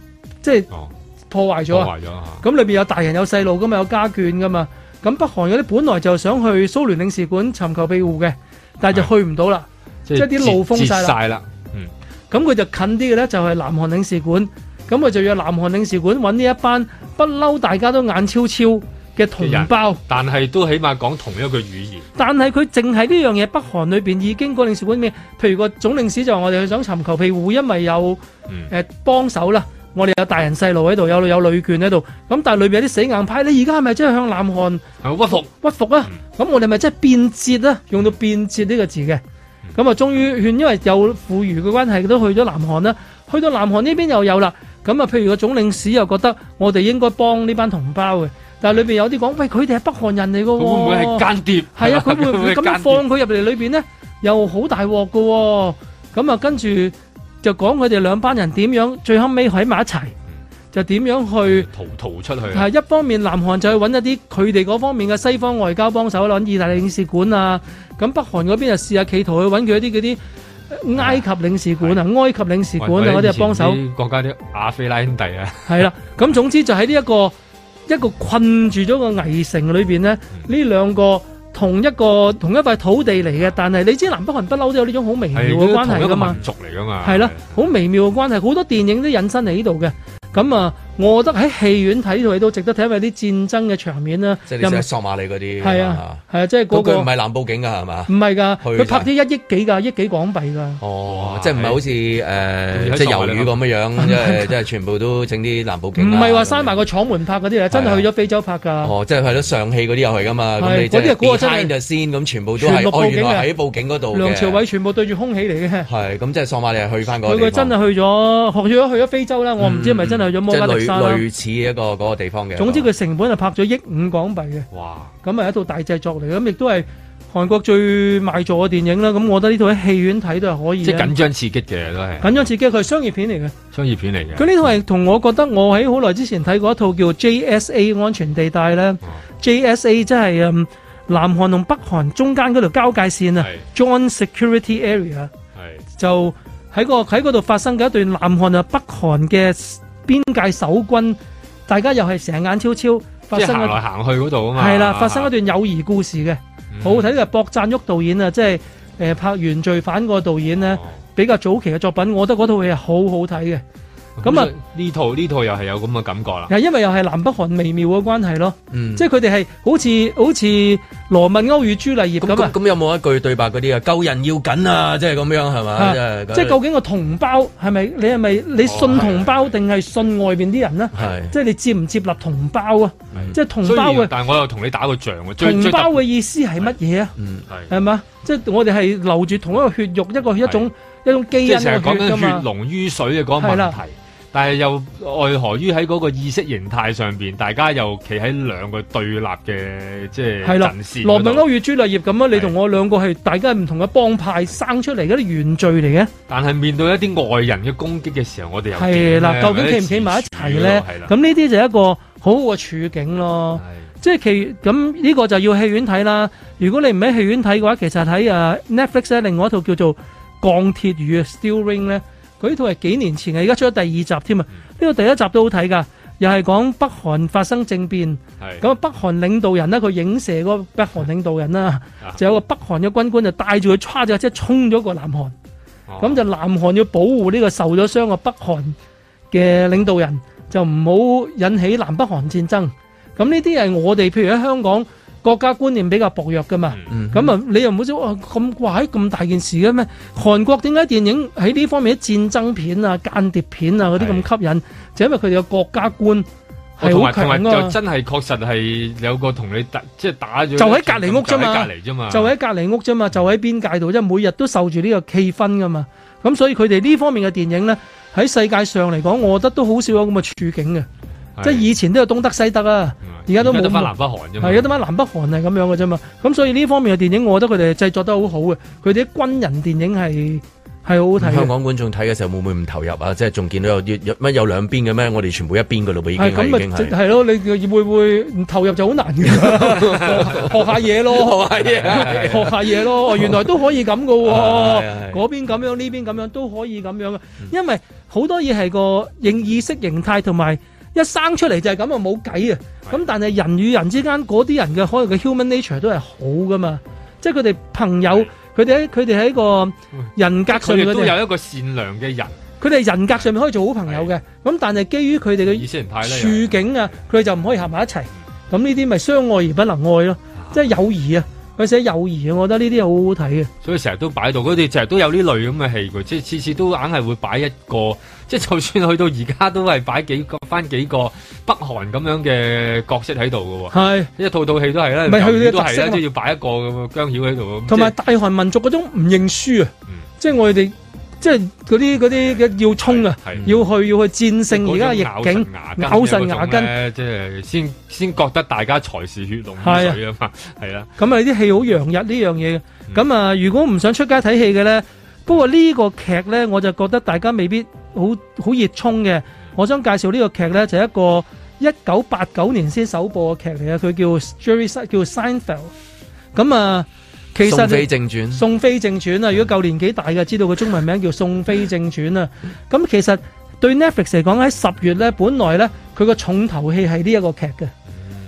即係破壞咗啊哦破壞咗啊。咁裏邊有大人有細路啊噶嘛，有家眷噶嘛。咁北韓嗰啲本來就想去蘇聯領事館尋求庇護嘅，但係就去唔到啦，即係啲路封晒截啦晒。啦。嗯，咁佢就近啲嘅咧就係南韓領事館，咁佢就約南韓領事館揾呢一班不嬲大家都眼超超嘅同胞，但係都起碼講同一句語言。但係佢淨係呢樣嘢北韓裏邊已經個領事館咩？譬如個總領事就話我哋想尋求庇護，因為有誒、呃、幫手啦。我哋有大人細路喺度，有有女眷喺度，咁但係裏邊有啲死硬派，你而家係咪真係向南韓屈服屈服啊？嗯咁、我哋咪真係變節啊？用到變節呢個字嘅，嗯咁啊終於勸，因為有富裕嘅關係，都去咗南韓啦。去到南韓呢邊又有啦，咁啊譬如個總領事又覺得我哋應該幫呢班同胞嘅，但係裏邊有啲講，喂佢哋係北韓人嚟嘅喎，佢會唔會係間諜係 *laughs* 啊，佢會唔佢會唔會係會咁間樣諜放佢入嚟裏邊咧，又好大鑊嘅喎。咁啊，跟住就講佢哋兩班人點樣，最後尾喺埋一齊，嗯就點樣去。逃逃出去啊。係一方面，南韓就去揾一啲佢哋嗰方面嘅西方外交幫手啦，揾意大利領事館啊。咁北韓嗰邊就啊試下企圖去揾佢一啲嗰啲呃埃及領事館啊、埃及領事館啊嗰啲係幫手。國家啲亞非拉兄弟啊，係啦，咁總之就喺呢一個一個困住咗個危城裏邊咧，嗯呢兩個同一個同一塊土地嚟嘅，但係你知南北韓不嬲都有呢種好微妙係嘅嗯關同係一噶個嘛民，族嚟噶啊嘛。係啦，好微妙嘅關係，好多電影都引申嚟呢度嘅。咁啊，我覺得喺戲院睇呢套戲都值得睇，因為啲戰爭嘅場面啦，即係又唔你識索馬里嗰啲。係啊，係啊，即係嗰咁佢個嗯唔係南部警㗎係嘛？唔係㗎，去佢拍啲一億幾㗎，億幾港幣㗎。哦，即係唔係好似呃喺誒，即係魷魚咁樣 *laughs* 樣，即係即係全部都整啲南部唔警啊係話閂埋個廠門拍嗰啲啊，真係去咗非洲拍㗎。哦，即係係咯，上戲嗰啲又係噶嘛，咁係你即嗰啲係嗰個係真係 behind the scene 咁，全部都全係部哦，報原警來嘅喺報警嗰度嘅啊梁朝偉全部對住空氣嚟嘅。係咁，即係索馬利亞去翻嗰個佢地個真方，嗯係去咗學咗去咗非洲啦，我唔知係咪真係去咗即摩係加迪類沙啦。類似一個嗰個地方嘅。總之佢成本係拍咗億五港幣嘅，哇！咁啊一套大製作嚟，咁亦都係韓國最賣座嘅電影啦。咁我覺得呢套喺戲院睇都係可以嘅。啊即係緊張刺激嘅都係緊張刺激，佢係商業片嚟嘅。商業片嚟嘅。佢呢套係同我覺得我喺好耐之前睇過一套叫 JSA 安全地帶咧，JSA 哦即係嗯南韓同北韓中間嗰條交界線啊，Joint Security Area 就喺個喺嗰度發生嘅一段南韓啊北韓嘅邊界守軍，大家又係成眼超超發即係生行一來行去嗰度啊嘛。係啦，發生一段友誼故事嘅，嗯好好睇嘅博贊旭導演啊，即係誒、呃拍《原罪犯》個導哦演咧，比較早期嘅作品，我覺得嗰套戲係好好睇嘅。嗯咁啊，呢套呢套又係有咁嘅感覺啦。係因為又係南北韓微妙嘅關係咯，嗯即係佢哋係好似好似羅密歐與朱麗葉咁咁啊，咁有冇一句對白嗰啲啊？救人要緊啊！即係咁樣係嘛？啊係即係究竟個同胞係咪你係咪你信同胞定係信外邊啲人呢？係即係你接唔接納同胞啊？即係同胞雖然嘅但係我又同你打個仗喎。最同最特胞嘅意思係乜嘢啊？嗯係係嘛？即係我哋係留住同一個血肉，一個一種一種基即因係成日嘅講血緊㗎血嘛。濃於水嘅嗰個係問啦題。但係又愛何於喺嗰個意識形態上邊，大家又企喺兩個對立嘅即係係啦陣，線羅嗰密度。歐與朱麗葉咁啊，你同我兩個係大家係唔同嘅幫派生出嚟嗰啲原罪嚟嘅。但係面對一啲外人嘅攻擊嘅時候，我哋又係啦，點咧究竟企唔企埋一齊咧係啦？咁呢啲就係一個好好嘅處境咯。即係其咁呢個就要戲院睇啦。如果你唔喺戲院睇嘅話，其實喺誒 Netflix 咧，另外一套叫做《鋼鐵與 Steel Ring》咧，佢呢套係幾年前嘅，而家出咗第二集添啊。嗯呢個第一集都好睇㗎，又係講北韓發生政變。係咁北韓領導人咧，佢影射嗰個北韓領導人啦，啊就有個北韓嘅軍官就帶住佢歘咗架車衝咗過南韓。哦咁就南韓要保護呢個受咗傷嘅北韓嘅領導人，就唔好引起南北韓戰爭。咁呢啲係我哋譬如喺香港國家觀念比較薄弱噶嘛。嗯咁啊、你又唔好少哇咁哇喺咁大件事嘅咩？韓國點解電影喺呢方面啲戰爭片啊、間諜片啊嗰啲咁吸引？就因為佢哋嘅國家觀我係哦同好埋同埋強就啊。真係確實係有個同你打即係打咗，就喺隔離屋啫嘛，就喺隔離啫嘛，就喺隔離屋啫嘛，就喺邊界度啫，每日都受住呢個氣氛噶嘛。咁所以佢哋呢方面嘅電影呢，喺世界上嚟講，我覺得都好少有咁嘅處境嘅。係嗯即係以前都有東德西德啊，而家而都冇。家得返南北韓啫嘛係而家得翻南北韓係咁樣嘅啫嘛。咁所以呢方面嘅電影，我覺得佢哋製作得好好嘅。佢哋啲軍人電影係係好好睇香嘅。港觀眾睇嘅時候會唔會唔投入啊？即係仲見到有有乜有兩邊嘅咩？我哋全部一邊嘅咯噃，已經係咁係已咪經即係。係咯，你會唔會唔投入就好 *laughs* 難嘅，學下嘢學咯，下嘢學下嘢咯。哦原來都可以咁嘅喎係係，嗯嗰邊咁樣，呢邊咁樣都可以咁樣嘅，因為好多嘢係個認意識形態同埋一生出嚟就係咁啊，冇計啊。咁但係人與人之間嗰啲人嘅可能嘅 human nature 都係好噶嘛，即係佢哋朋友，佢哋喺佢哋喺個嗯人格佢上面哋嗰都啲人有一個善良嘅人。佢哋人格上面可以做好朋友嘅，咁但係基於佢哋嘅處境啊，佢哋就唔可以合埋一齊。咁呢啲咪相愛而不能愛咯，即係友誼啊！佢寫友誼啊，我覺得呢啲好好睇嘅。所以成日都擺到，佢哋成日都有呢類咁嘅戲佢即係次次都硬係會擺一個，即係就算去到而家都係擺幾個 *laughs* 翻幾個北韓咁樣嘅角色喺度嘅喎，係一套套戲都係啦，咪佢哋嘅都特係色啦，嘛即係要擺一個咁嘅姜曉喺度咁，同埋大韓民族嗰種唔認輸啊，即係我哋即係嗰啲嗰啲嘅要衝啊，嗯要去要去戰勝而家嘅逆境，即係嗰種咬神咬神牙牙根嘅嗰根。種咧，即係先先覺得大家才是血濃於水 *laughs* 啊嘛，係啦。咁啊啲戲好洋溢呢樣嘢嘅。咁啊，如果唔想出街睇戲嘅咧，不過呢個劇咧，我就覺得大家未必好好熱衷嘅。我想介紹呢個劇咧，就係一個一九八九年先首播嘅劇嚟嘅，佢叫 Jerry Se- 叫 Seinfeld。咁啊，其實宋飛正傳宋飛正傳啊！如果舊年紀大嘅知道佢中文名叫《宋飛正傳》啊。咁其實對 Netflix 嚟講喺十月咧，本來咧佢個重頭戲係呢一個劇嘅，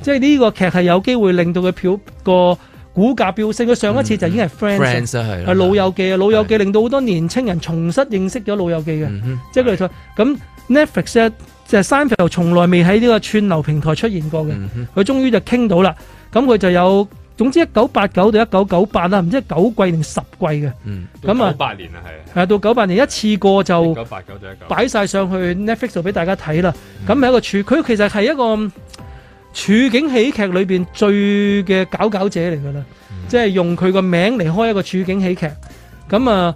即係呢個劇係有機會令到佢票個股價飆升。佢上一次就已經係 Friends 啊係啦係老友記啊，老友記令到好多年青人重新認識咗老友記嘅，嗯即係佢哋咁 Netflix 咧就係 Seinfeld 從來未喺呢個串流平台出現過嘅，嗯佢終於就傾到啦。咁佢就有總之一九八九到一九九八啦，唔知係九季定十季嘅。嗯咁啊九八年啊，係係啊到九八年一次過就九八九到一九。擺晒上去 Netflix 度俾大家睇啦。咁係一個處，佢其實係一個嗯處境喜劇裏邊最嘅佼佼者嚟㗎啦，即係用佢個名嚟開一個處境喜劇。咁啊，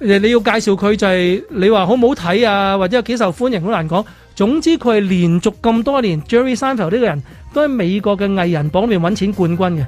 誒你要介紹佢就係、你話好唔好睇啊，或者有幾受歡迎好難講。總之佢係連續咁多年 Jerry Seinfeld 呢個人都喺美國嘅藝人榜裏面揾錢冠軍嘅，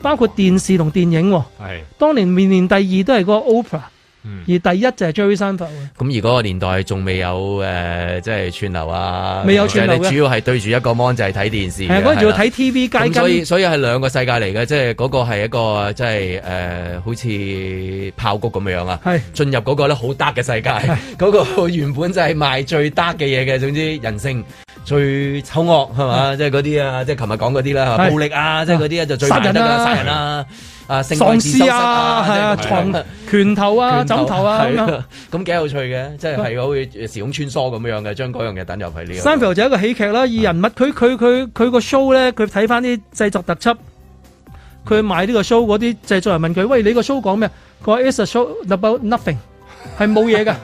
包括電視同電影喎、係當年面年第二都係嗰個 Oprah，、嗯而第一就係 Jerry Seinfeld 嘅。咁而嗰個年代仲未有誒、呃即係串流啊，未有串流嘅即係你主要係對住一個 mon 就係睇電視嘅。係啊嗰陣仲係要啦睇 TV 街咁所以跟。所以係兩個世界嚟嘅，即係嗰個係一個即係誒、呃好似炮谷咁樣啊。係進入嗰個咧好 dark 嘅世 *laughs* 界，嗰個原本就係賣最 dark 嘅嘢嘅，總之人性。最醜惡係嘛？即係嗰啲啊，即係琴日講嗰啲啦，嗯係暴力啊，即係嗰啲啊就最殺難人得啦，啊殺人啦，啊，性愛喪自修室屍啊，係啊，即係咁樣床拳頭啊，枕頭啊咁係樣啦。 *laughs* 咁幾有趣嘅，即係係好似時空穿梭咁樣嘅，將嗰樣嘢等入去呢個。 Seinfeld 就係一個喜劇啦，以人物佢佢佢佢個 show 咧，佢睇翻啲製作特輯，佢買呢個 show 嗰啲製作人問佢：喂，你個 show 講咩？佢話：It's a show about nothing，係冇 *laughs* 嘢㗎。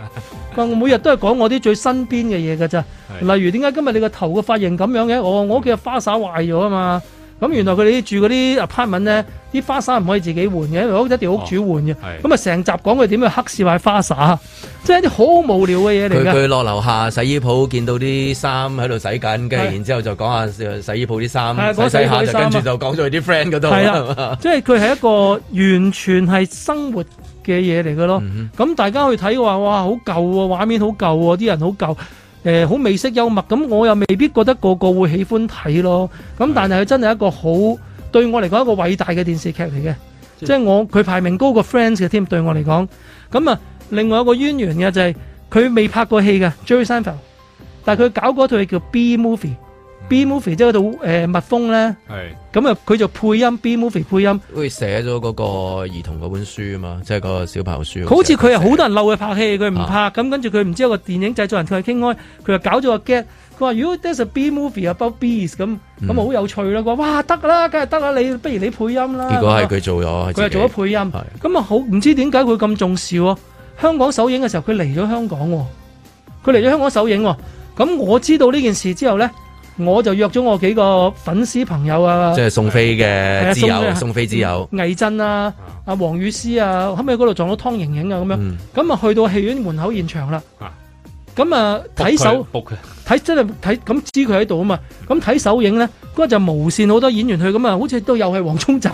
佢話我每日都係講我啲最身邊嘅嘢㗎咋。例如點解今日你個頭個髮型咁樣嘅？我我屋企嘅花灑壞咗啊嘛。咁原來佢哋住嗰啲 apartment 咧，啲花灑唔可以自己換嘅，因為一定要屋主哦換嘅。咁啊成集講佢點樣黑市賣花灑，即係一啲好無聊嘅嘢嚟佢㗎。佢落樓下洗衣鋪見到啲衫喺度洗緊，跟住係然之後就講下洗衣鋪啲係衫，洗講洗衣洗鋪下啲就衫跟啊住就講咗去啲 friend 嗰度，係啊係啦嘛，即係佢係一個完全係生活嘅嘢嚟嘅咯。咁、大家去睇嘅話，哇，好舊喎、畫面好舊喎、啲人好舊。誒好、美式幽默，咁我又未必覺得個個會喜歡睇咯。咁但係佢真係一個好對我嚟講一個偉大嘅電視劇嚟嘅，即係我佢排名高過 Friends 嘅添，對我嚟講。咁啊，另外一個淵源嘅就係、佢未拍過戲嘅 Jerry Seinfeld，但係佢搞嗰套嘢叫 B Movie，B Movie 即係嗰套誒蜜蜂咧。係。咁啊，佢就配音 B movie 配音，好似寫咗嗰個兒童嗰本書啊嘛，即係個小朋友書。佢好似佢係好啊多人嬲佢拍戲，佢唔拍，咁跟住佢唔知有個電影製作人同佢傾開，佢就搞咗個 get，佢話如果 there's a B movie about bees 咁，咁啊好有趣啦，佢話哇得啦，梗係得啦，你不如你配音啦。啊結果係佢做咗，佢係做咗配音，咁啊好唔知點解佢咁重視喎？香港首映嘅時候，佢嚟咗香港喎，佢嚟咗香港首映喎。咁我知道呢件事之後呢，我就約咗我幾個粉絲朋友啊，即係送飛嘅之友，送飛之友。魏真啊、阿黃雨詩啊，後尾嗰度撞到湯盈盈啊咁嗯樣，咁啊去到戲院門口現場啦，咁啊睇首卜佢，睇真係睇咁知佢喺度啊嘛，咁睇首映咧嗰日就無線好多演員去咁啊，好似都又係黃宗澤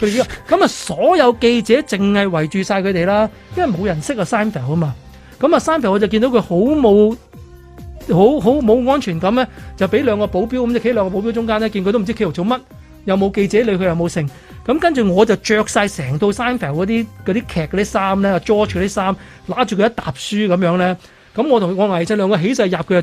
佢哋呢個咁啊所有記者淨係圍住晒佢哋啦，因為冇人識啊 Seinfeld 啊嘛，咁啊 Seinfeld 我就見到佢好冇。好好冇安全感咧，就俾兩個保鏢咁就企喺兩個保鏢中間咧，見佢都唔知企度做乜，又冇記者理佢，又冇剩。咁跟住我就着晒成套 Seinfeld 嗰啲嗰啲劇嗰啲衫咧，George 嗰啲衫，揦住佢一沓書咁樣咧。咁我同我魏仔兩個起勢入佢啊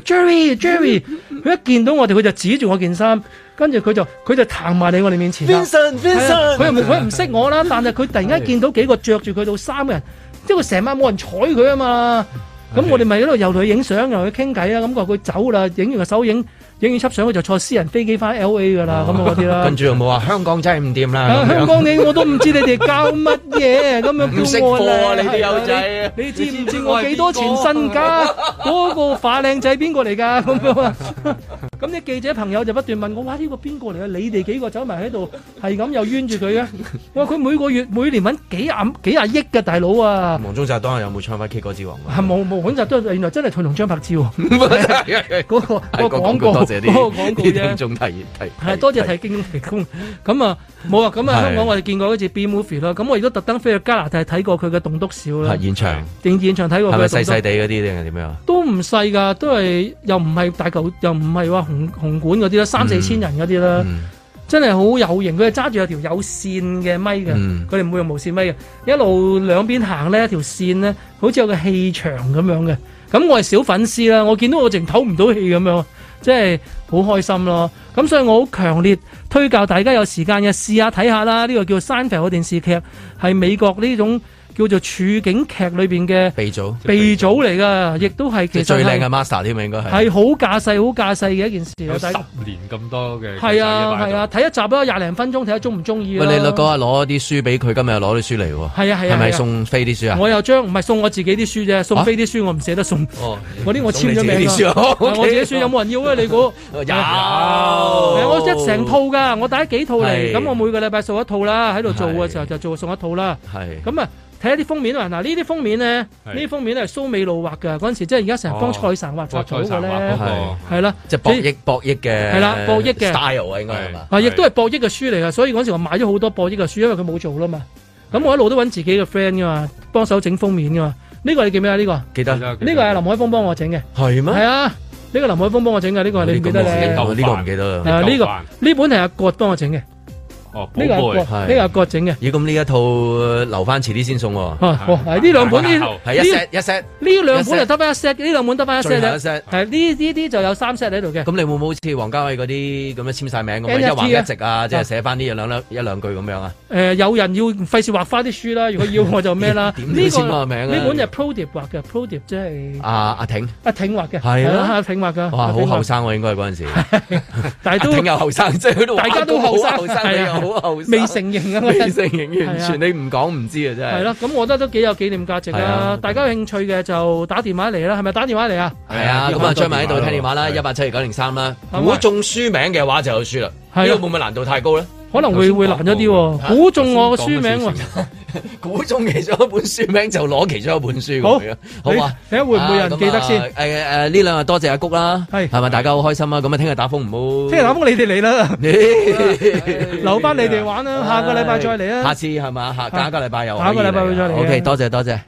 *laughs*，Jerry Jerry，佢一見到我哋佢就指住我件衫，跟住佢就佢就行埋嚟我哋面前啦。 Vincent，係 Vincent 啊佢又冇佢唔識 *laughs* 我啦，但係佢突然間見到幾個着住佢套衫嘅人，即係佢成晚冇人睬佢啊嘛。咁我哋咪喺度又同佢影相，又同佢傾偈啦。啊咁佢話佢走啦，影完個手影，影完輯相佢就坐私人飛機翻 L A 噶啦，咁啊嗰啲啦。跟住有冇話香港真係唔掂啦啊！？咁樣香港你我都唔知你哋教乜嘢，咁唔樣識叫我貨啊咧你啲友仔你知唔知我幾多錢身家？嗰個化靚仔邊個嚟㗎？咁樣啊！咁啲記者朋友就不斷問我：，哇！呢個邊個嚟啊？你哋幾個走埋喺度，係咁又冤住佢嘅。我話佢每個月每年揾幾廿幾廿億嘅大佬啊！黃宗澤當日有冇唱翻《K 歌之王》啊？係冇冇，揾集都係原來真係佢同張柏芝喎。嗰個係嗰個廣告，多謝啲嗰個廣告啲聽啫。眾提提。係多謝睇經提供。咁啊冇啊，咁啊係香港我哋見過嗰次 B movie 啦。咁我亦都特登飛去加拿大睇過佢嘅棟篤笑啦係，現場定現場睇過係佢咪嘅棟細篤細地嗰啲定係點樣啊？都唔細㗎，都係又唔係大球，又唔係話紅紅館嗰啲啦，三四嗯千人嗰啲啦，真係好有型。佢係揸住有條有線嘅咪嘅，嗯佢哋唔會用無線咪嘅，一路兩邊行呢條線呢，好似有個氣場咁樣嘅。咁我係小粉絲啦，我見到我淨唞唔到氣咁樣，即係好開心咯。咁所以我好強烈推介大家有時間嘅試下睇下啦。呢、個叫《Seinfeld》嘅電視劇，係美國呢種叫做處境劇裏邊嘅鼻祖鼻祖嚟㗎，亦都係即係其實最靚嘅係 master 添啊，應該係係好架勢、好架勢嘅一件事有咯。十大家年咁多嘅，係啊係啊，睇一集啦，廿零分鐘睇啊下中唔中意喂，啦你嗰日攞啲書俾佢，今日又攞啲書嚟喎。係啊係啊係係咪啊送飛啲書啊？我又將唔係送我自己啲書啫，送飛啲書我唔捨得送。哦嗰哎啲我簽咗送你名自己啲書㗎啊 *laughs* 係 OK 我自己書有冇人要啊？你估有係啊我一成套㗎，我帶咗幾套嚟，哦係咁我每個禮拜送一套啦，喺度做嘅時候就做送一套啦。係咁啊，睇下啲封面啊！嗱，呢啲封面咧，呢係啲封面咧係蘇美露畫㗎。嗰陣時即係而家成日幫哦蔡神畫插圖嗰個咧，係係啦，哦即係博益博益嘅係啦博益嘅 style 啊，應該係嘛？啊，亦都係博益嘅書嚟㗎，所以嗰陣時我買咗好多博益嘅書，因為佢冇做啦嘛。咁我一路都揾自己嘅 friend 噶嘛，幫手整封面噶嘛。呢、個你記唔記得啊？呢、個記得哦呢個係林海峰幫我整嘅，係咩？哦係啊，呢、個林海峰幫我整嘅，呢、個你唔記得咧？呢個唔記得啦。啊，呢、個呢本係阿郭幫我整嘅，呢哦個係郭，呢個係郭整嘅。咦，咁呢一套呃留翻遲啲先送喎。啊，哦係呢兩本呢係一呢 set 一 set。呢兩本就得翻一 set，呢兩本得翻一 set 最後一啫 set 係呢呢啲就有三 set 喺度嘅。咁你會唔會好似黃家衞嗰啲咁樣簽晒名咁樣 NFT 一橫一直啊啊，即係寫翻啲嘢兩兩一兩句咁樣啊？誒、有人要費事畫花啲書啦，如果要我就咩 *laughs* 啦。點呢點個先個名啊呢本就 Prodip 畫嘅，Prodip 即係阿啊阿挺，阿挺畫嘅，係啊啦，阿挺畫嘅。哇，阿好挺畫後生喎，應該係嗰陣時。但 *laughs* 係都阿挺又後生，即係佢都大家都好後生，後生，係佢啊又好後生，未成型啊！ *laughs* 未成型，完全 *laughs* 係啊。你唔講唔知啊，真係。係啦，咁我覺得都幾有紀念價值係啊啊！大家有興趣嘅就打電話嚟啦，係咪打電話嚟啊？係啊，咁啊，將埋喺度聽電話啦，一八七二九零三啦。如果中書名嘅話就有書啦，呢係啊個會唔會難度太高咧？可能會會難咗啲喎。估中我嘅書名喎，估中其中一本書名就攞其中一本書好咁樣，好嘛？你睇下會唔會有人記得先啊咁啊誒誒，呢兩日多謝阿谷啦，係係咪大家好開心啊？咁啊，聽日打風唔好，聽 *laughs* 日打風你哋嚟啦，咦留翻你哋玩啦，下個禮拜再嚟啦。啊下次係嘛？下下一個禮拜又可以下一個禮拜會再嚟啊 OK，多謝多謝。